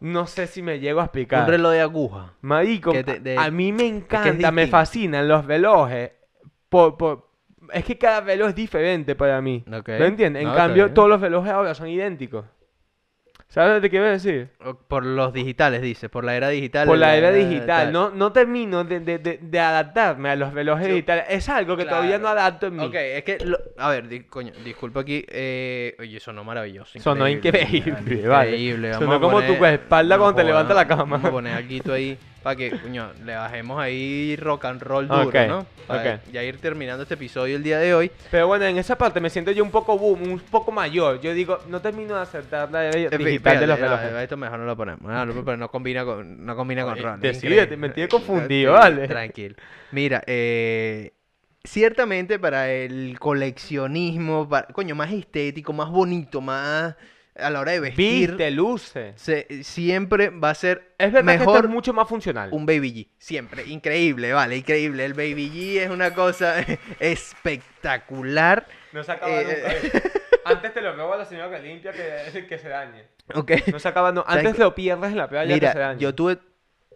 Speaker 3: No sé si me llego a explicar.
Speaker 1: Un reloj de aguja.
Speaker 3: Marico,
Speaker 1: Que te- de-
Speaker 3: a a mí me encanta, me
Speaker 1: distinto.
Speaker 3: fascinan los relojes. Por, por- es que cada reloj es diferente para mí.
Speaker 1: Ok.
Speaker 3: ¿Lo entiendes? En
Speaker 1: No, está
Speaker 3: cambio,
Speaker 1: bien.
Speaker 3: todos los relojes ahora son idénticos. ¿Sabes lo que te quiero decir?
Speaker 1: O- Por los digitales, dice. Por la era digital.
Speaker 3: Por la era
Speaker 1: tal.
Speaker 3: digital. No, no termino de, de- de- de adaptarme a los relojes
Speaker 1: Yo-
Speaker 3: digitales. Es algo que todavía no
Speaker 1: Claro.
Speaker 3: adapto en mí.
Speaker 1: Ok, es que. lo- A ver, di- coño, disculpa aquí. eh, Oye, sonó maravilloso.
Speaker 3: Sonó increíble, vale.
Speaker 1: Increíble.
Speaker 3: Sonó
Speaker 1: vamos a
Speaker 3: como tu
Speaker 1: poner-
Speaker 3: espalda cuando te levantas la cama.
Speaker 1: Vamos a poner algo ahí para que, coño, le bajemos ahí rock and roll duro,
Speaker 3: Ok,
Speaker 1: ¿no? Para
Speaker 3: ok.
Speaker 1: ya ir terminando este episodio el día de hoy.
Speaker 3: Pero bueno, en esa parte me siento yo un poco boom, un poco mayor. Yo digo, no termino de aceptar la era
Speaker 1: Eh,
Speaker 3: digital de los
Speaker 1: espérate, no,
Speaker 3: relojes.
Speaker 1: esto mejor no lo ponemos. No, no, pero no combina con, no combina con
Speaker 3: Oye,
Speaker 1: Ron.
Speaker 3: decídete,
Speaker 1: increíble.
Speaker 3: me tiene confundido,
Speaker 1: Sí,
Speaker 3: vale.
Speaker 1: Tranquilo. Mira, eh, ciertamente para el coleccionismo, para- coño, más estético, más bonito, más a la hora de vestir,
Speaker 3: Viste, luce.
Speaker 1: se- siempre va a ser
Speaker 3: Es verdad que esto
Speaker 1: mejor
Speaker 3: es mucho más funcional.
Speaker 1: un Baby G. Siempre. Increíble, vale, increíble. El Baby G es una cosa [laughs] espectacular.
Speaker 3: No se acaba
Speaker 1: Eh,
Speaker 3: nunca. ¿eh? Antes te lo robo a la señora que limpia que, que se dañe.
Speaker 1: Ok.
Speaker 3: No se acaba, no. Antes
Speaker 1: ¿Sabes qué?
Speaker 3: lo pierdes en la playa que se
Speaker 1: Mira,
Speaker 3: dañe.
Speaker 1: yo tuve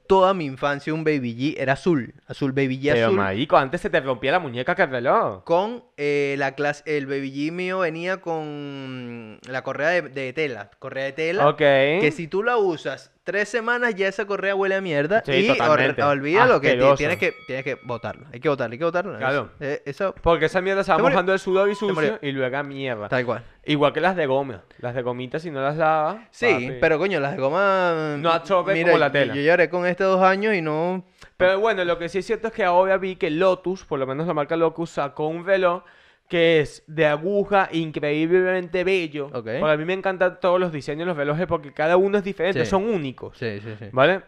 Speaker 1: toda mi infancia un Baby G, era azul, azul Baby G
Speaker 3: Pero,
Speaker 1: azul.
Speaker 3: marico, antes se te rompía la muñeca que el reloj.
Speaker 1: Con eh, la clase, el Baby G mío venía con la correa de, de tela, correa de tela.
Speaker 3: Ok.
Speaker 1: Que si tú la usas tres semanas ya esa correa huele a mierda
Speaker 3: Sí,
Speaker 1: y or-
Speaker 3: totalmente.
Speaker 1: olvídalo que ti-
Speaker 3: Asqueroso.
Speaker 1: tienes que tienes que botarla, hay que botarla, hay que botarla.
Speaker 3: Claro.
Speaker 1: Eh, eso
Speaker 3: Porque esa mierda se va
Speaker 1: Se murió.
Speaker 3: mojando el sudor y sucio
Speaker 1: murió.
Speaker 3: y luego a mierda.
Speaker 1: tal cual.
Speaker 3: Igual que las de goma. Las de gomita, si no las lavas.
Speaker 1: Sí,
Speaker 3: papi.
Speaker 1: pero coño, las gomas.
Speaker 3: No absorbe
Speaker 1: mira,
Speaker 3: como la
Speaker 1: yo-
Speaker 3: tela.
Speaker 1: Yo lloré con este dos años y no.
Speaker 3: Pero bueno, lo que sí es cierto es que ahora vi que Lotus, por lo menos la marca Lotus, sacó un velo que es de aguja increíblemente bello.
Speaker 1: Ok.
Speaker 3: Porque a mí me encantan todos los diseños de los relojes porque cada uno es diferente,
Speaker 1: Sí.
Speaker 3: son únicos.
Speaker 1: Sí, sí, sí.
Speaker 3: ¿Vale?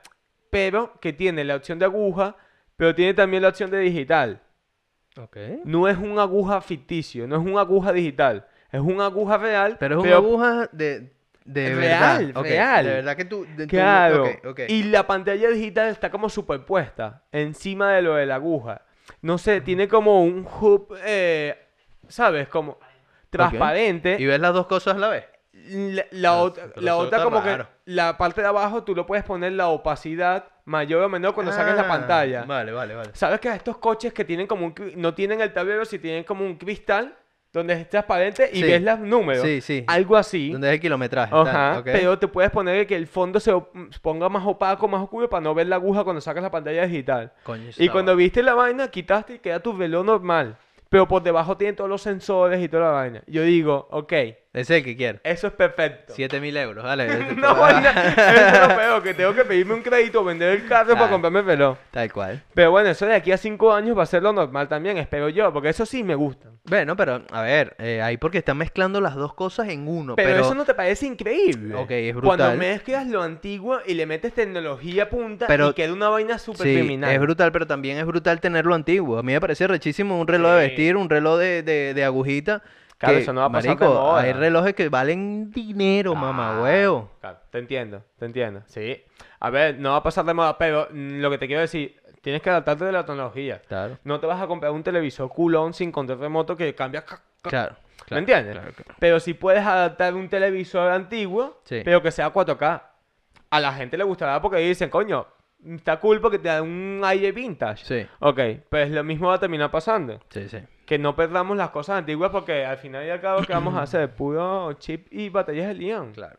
Speaker 3: Pero que tiene la opción de aguja, pero tiene también la opción de digital.
Speaker 1: Ok.
Speaker 3: No es un aguja ficticio, no es un aguja digital. Es un aguja real,
Speaker 1: Pero es una aguja de. De
Speaker 3: Real,
Speaker 1: verdad. ok,
Speaker 3: real.
Speaker 1: De verdad que tú. de- tú-
Speaker 3: Claro.
Speaker 1: ok, ok.
Speaker 3: Y la pantalla digital está como superpuesta encima de lo de la aguja. No sé, tiene como un hub, eh, ¿sabes? Como transparente.
Speaker 1: ¿Y ves las dos cosas a la vez.
Speaker 3: La, la
Speaker 1: Ah,
Speaker 3: otra,
Speaker 1: pero
Speaker 3: la
Speaker 1: eso
Speaker 3: otra
Speaker 1: está
Speaker 3: como
Speaker 1: raro.
Speaker 3: que la parte de abajo tú lo puedes poner la opacidad mayor o menor cuando sacas la
Speaker 1: Ah,
Speaker 3: pantalla.
Speaker 1: Vale, vale, vale.
Speaker 3: ¿Sabes que a estos coches que tienen como un cri- no tienen el tablero, si tienen como un cristal donde es transparente y
Speaker 1: Sí.
Speaker 3: ves los números?
Speaker 1: Sí, sí.
Speaker 3: Algo así.
Speaker 1: ¿Dónde es el kilometraje? tal,
Speaker 3: Ajá,
Speaker 1: ok.
Speaker 3: pero te puedes poner que el fondo se op- mm, ponga más opaco, más oscuro para no ver la aguja cuando sacas la pantalla digital.
Speaker 1: Coño, eso
Speaker 3: Y
Speaker 1: está
Speaker 3: cuando
Speaker 1: bueno.
Speaker 3: viste la vaina, quitaste y queda tu velo normal. Pero por debajo tiene todos los sensores y toda la vaina. Yo digo, ok,
Speaker 1: Ese es el que quiero.
Speaker 3: eso es perfecto. [laughs]
Speaker 1: 7000 euros, dale.
Speaker 3: No, vaina, eso es lo peor, que tengo que pedirme un crédito o vender el carro para
Speaker 1: Claro.
Speaker 3: comprarme el velo.
Speaker 1: [laughs] Tal cual.
Speaker 3: Pero bueno, eso de aquí a cinco años va a ser lo normal también, espero yo, porque eso sí me gusta.
Speaker 1: Bueno, pero a ver, eh, ahí porque están mezclando las dos cosas en uno.
Speaker 3: Pero,
Speaker 1: Pero,
Speaker 3: eso no te parece increíble.
Speaker 1: Ok, es
Speaker 3: Cuando
Speaker 1: brutal.
Speaker 3: mezclas lo antiguo y le metes tecnología punta
Speaker 1: Pero-
Speaker 3: y queda una vaina súper
Speaker 1: Sí,
Speaker 3: criminal.
Speaker 1: es brutal, pero también es brutal tenerlo antiguo. A mí me parece rechísimo un reloj de
Speaker 3: Sí.
Speaker 1: vestir, un reloj de, de- de agujita.
Speaker 3: Claro,
Speaker 1: que,
Speaker 3: eso no va a pasar
Speaker 1: marico,
Speaker 3: de moda. Ah.
Speaker 1: hay relojes que valen dinero, mamá huevo.
Speaker 3: Claro, te entiendo, te entiendo. Sí. A ver, no va a pasar de moda, pero mm, lo que te quiero decir, tienes que adaptarte de la tecnología.
Speaker 1: Claro.
Speaker 3: No te vas a comprar un televisor culón sin control remoto que cambia. ca- ca-
Speaker 1: Claro.
Speaker 3: ¿Me entiendes?
Speaker 1: claro, claro.
Speaker 3: Pero si puedes adaptar un televisor antiguo,
Speaker 1: Sí.
Speaker 3: pero que sea 4K, a la gente le gustará porque dicen, coño, está cool porque te da un aire vintage.
Speaker 1: Sí.
Speaker 3: Ok, pues lo mismo va a terminar pasando.
Speaker 1: Sí, sí.
Speaker 3: Que no perdamos las cosas antiguas porque al final y al cabo, ¿qué vamos
Speaker 1: [clears throat]
Speaker 3: a hacer? Puro chip y batallas de león.
Speaker 1: Claro.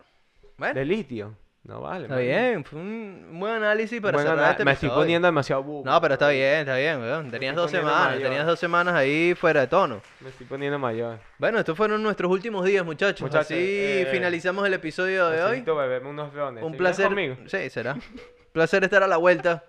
Speaker 1: Bueno,
Speaker 3: De litio. No vale.
Speaker 1: está
Speaker 3: man.
Speaker 1: bien. Fue un un buen análisis para
Speaker 3: Bueno,
Speaker 1: cerrar
Speaker 3: nada,
Speaker 1: este
Speaker 3: me estoy
Speaker 1: episodio.
Speaker 3: poniendo demasiado burro.
Speaker 1: No, pero está bien, está bien, weón. Tenías dos
Speaker 3: poniendo
Speaker 1: semanas,
Speaker 3: mayor.
Speaker 1: tenías dos semanas ahí fuera de tono.
Speaker 3: Me estoy poniendo mayor.
Speaker 1: Bueno, estos fueron nuestros últimos días, muchachos.
Speaker 3: Muchachos,
Speaker 1: Así
Speaker 3: eh,
Speaker 1: finalizamos el episodio de hoy.
Speaker 3: Necesito beberme unos rones.
Speaker 1: Un
Speaker 3: ¿Sí vienes
Speaker 1: placer.
Speaker 3: este Conmigo?
Speaker 1: Sí, será. placer estar a la vuelta.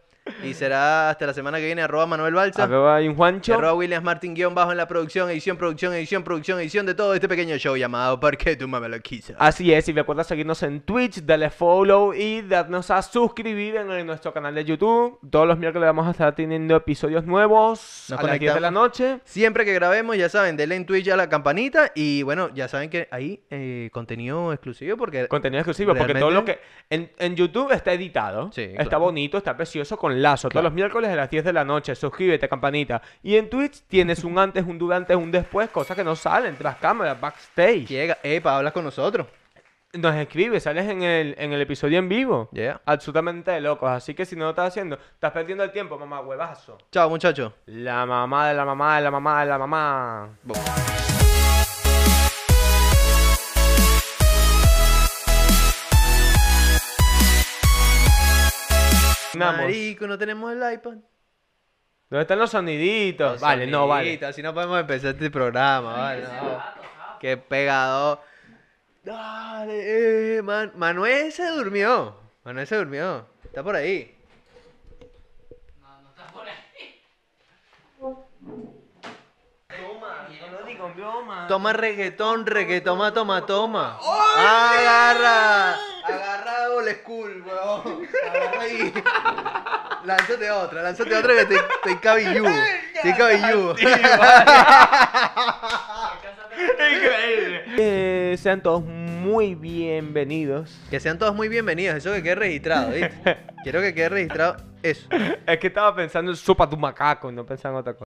Speaker 1: Y será hasta la semana que viene, arroba Manuel Balsa.
Speaker 3: Arroba hay un Juancho.
Speaker 1: Arroba Williams Martin guión bajo en la producción, edición, producción, edición, producción, edición de todo este pequeño show llamado ¿Por qué tu mamá lo quiso?
Speaker 3: Así es, y recuerda seguirnos en Twitch, dale follow y darnos a suscribir en, en nuestro canal de YouTube. Todos los miércoles vamos a estar teniendo episodios nuevos
Speaker 1: Nos
Speaker 3: a las 10 de la noche.
Speaker 1: Siempre que grabemos, ya saben, denle en Twitch a la campanita y bueno, ya saben que ahí eh, contenido exclusivo porque...
Speaker 3: Contenido exclusivo, porque todo lo que...
Speaker 1: Realmente-
Speaker 3: En, en YouTube está editado,
Speaker 1: Sí,
Speaker 3: está
Speaker 1: claro.
Speaker 3: bonito, está precioso, con lazo. Todos los miércoles a las 10 de la noche, suscríbete, campanita. Y en Twitch tienes un antes, un durante, un después, cosas que no salen, tras cámara, backstage.
Speaker 1: Llega, epa, hablas con nosotros.
Speaker 3: Nos escribes, sales en el, en el episodio en vivo.
Speaker 1: Yeah.
Speaker 3: Absolutamente de locos, así que si no lo estás haciendo, estás perdiendo el tiempo, mamá huevazo.
Speaker 1: Chao, muchachos.
Speaker 3: La mamá de la mamá de la mamá de la mamá. Terminamos.
Speaker 1: Marico, no tenemos el iPad.
Speaker 3: ¿Dónde están los soniditos? vale, no, vale.
Speaker 1: Sonidito, Así no podemos empezar este programa, vale. no. Qué pegado. Dale, eh, man- Manuel se durmió. Manuel se durmió. Está por ahí. Toma reggaetón, reggaetón, toma, toma, toma. Agarra. Agarra old school, weón. Agarra ahí. Lánzate otra, lánzate otra que te estoy cabillú. Estoy cabillú.
Speaker 3: Eh, sean todos muy bienvenidos. [laughs]
Speaker 1: Que sean todos muy bienvenidos, eso que quede registrado, ¿viste? Quiero que quede registrado eso.
Speaker 3: Es que estaba pensando en sopa de un macaco, no pensaba en otra cosa.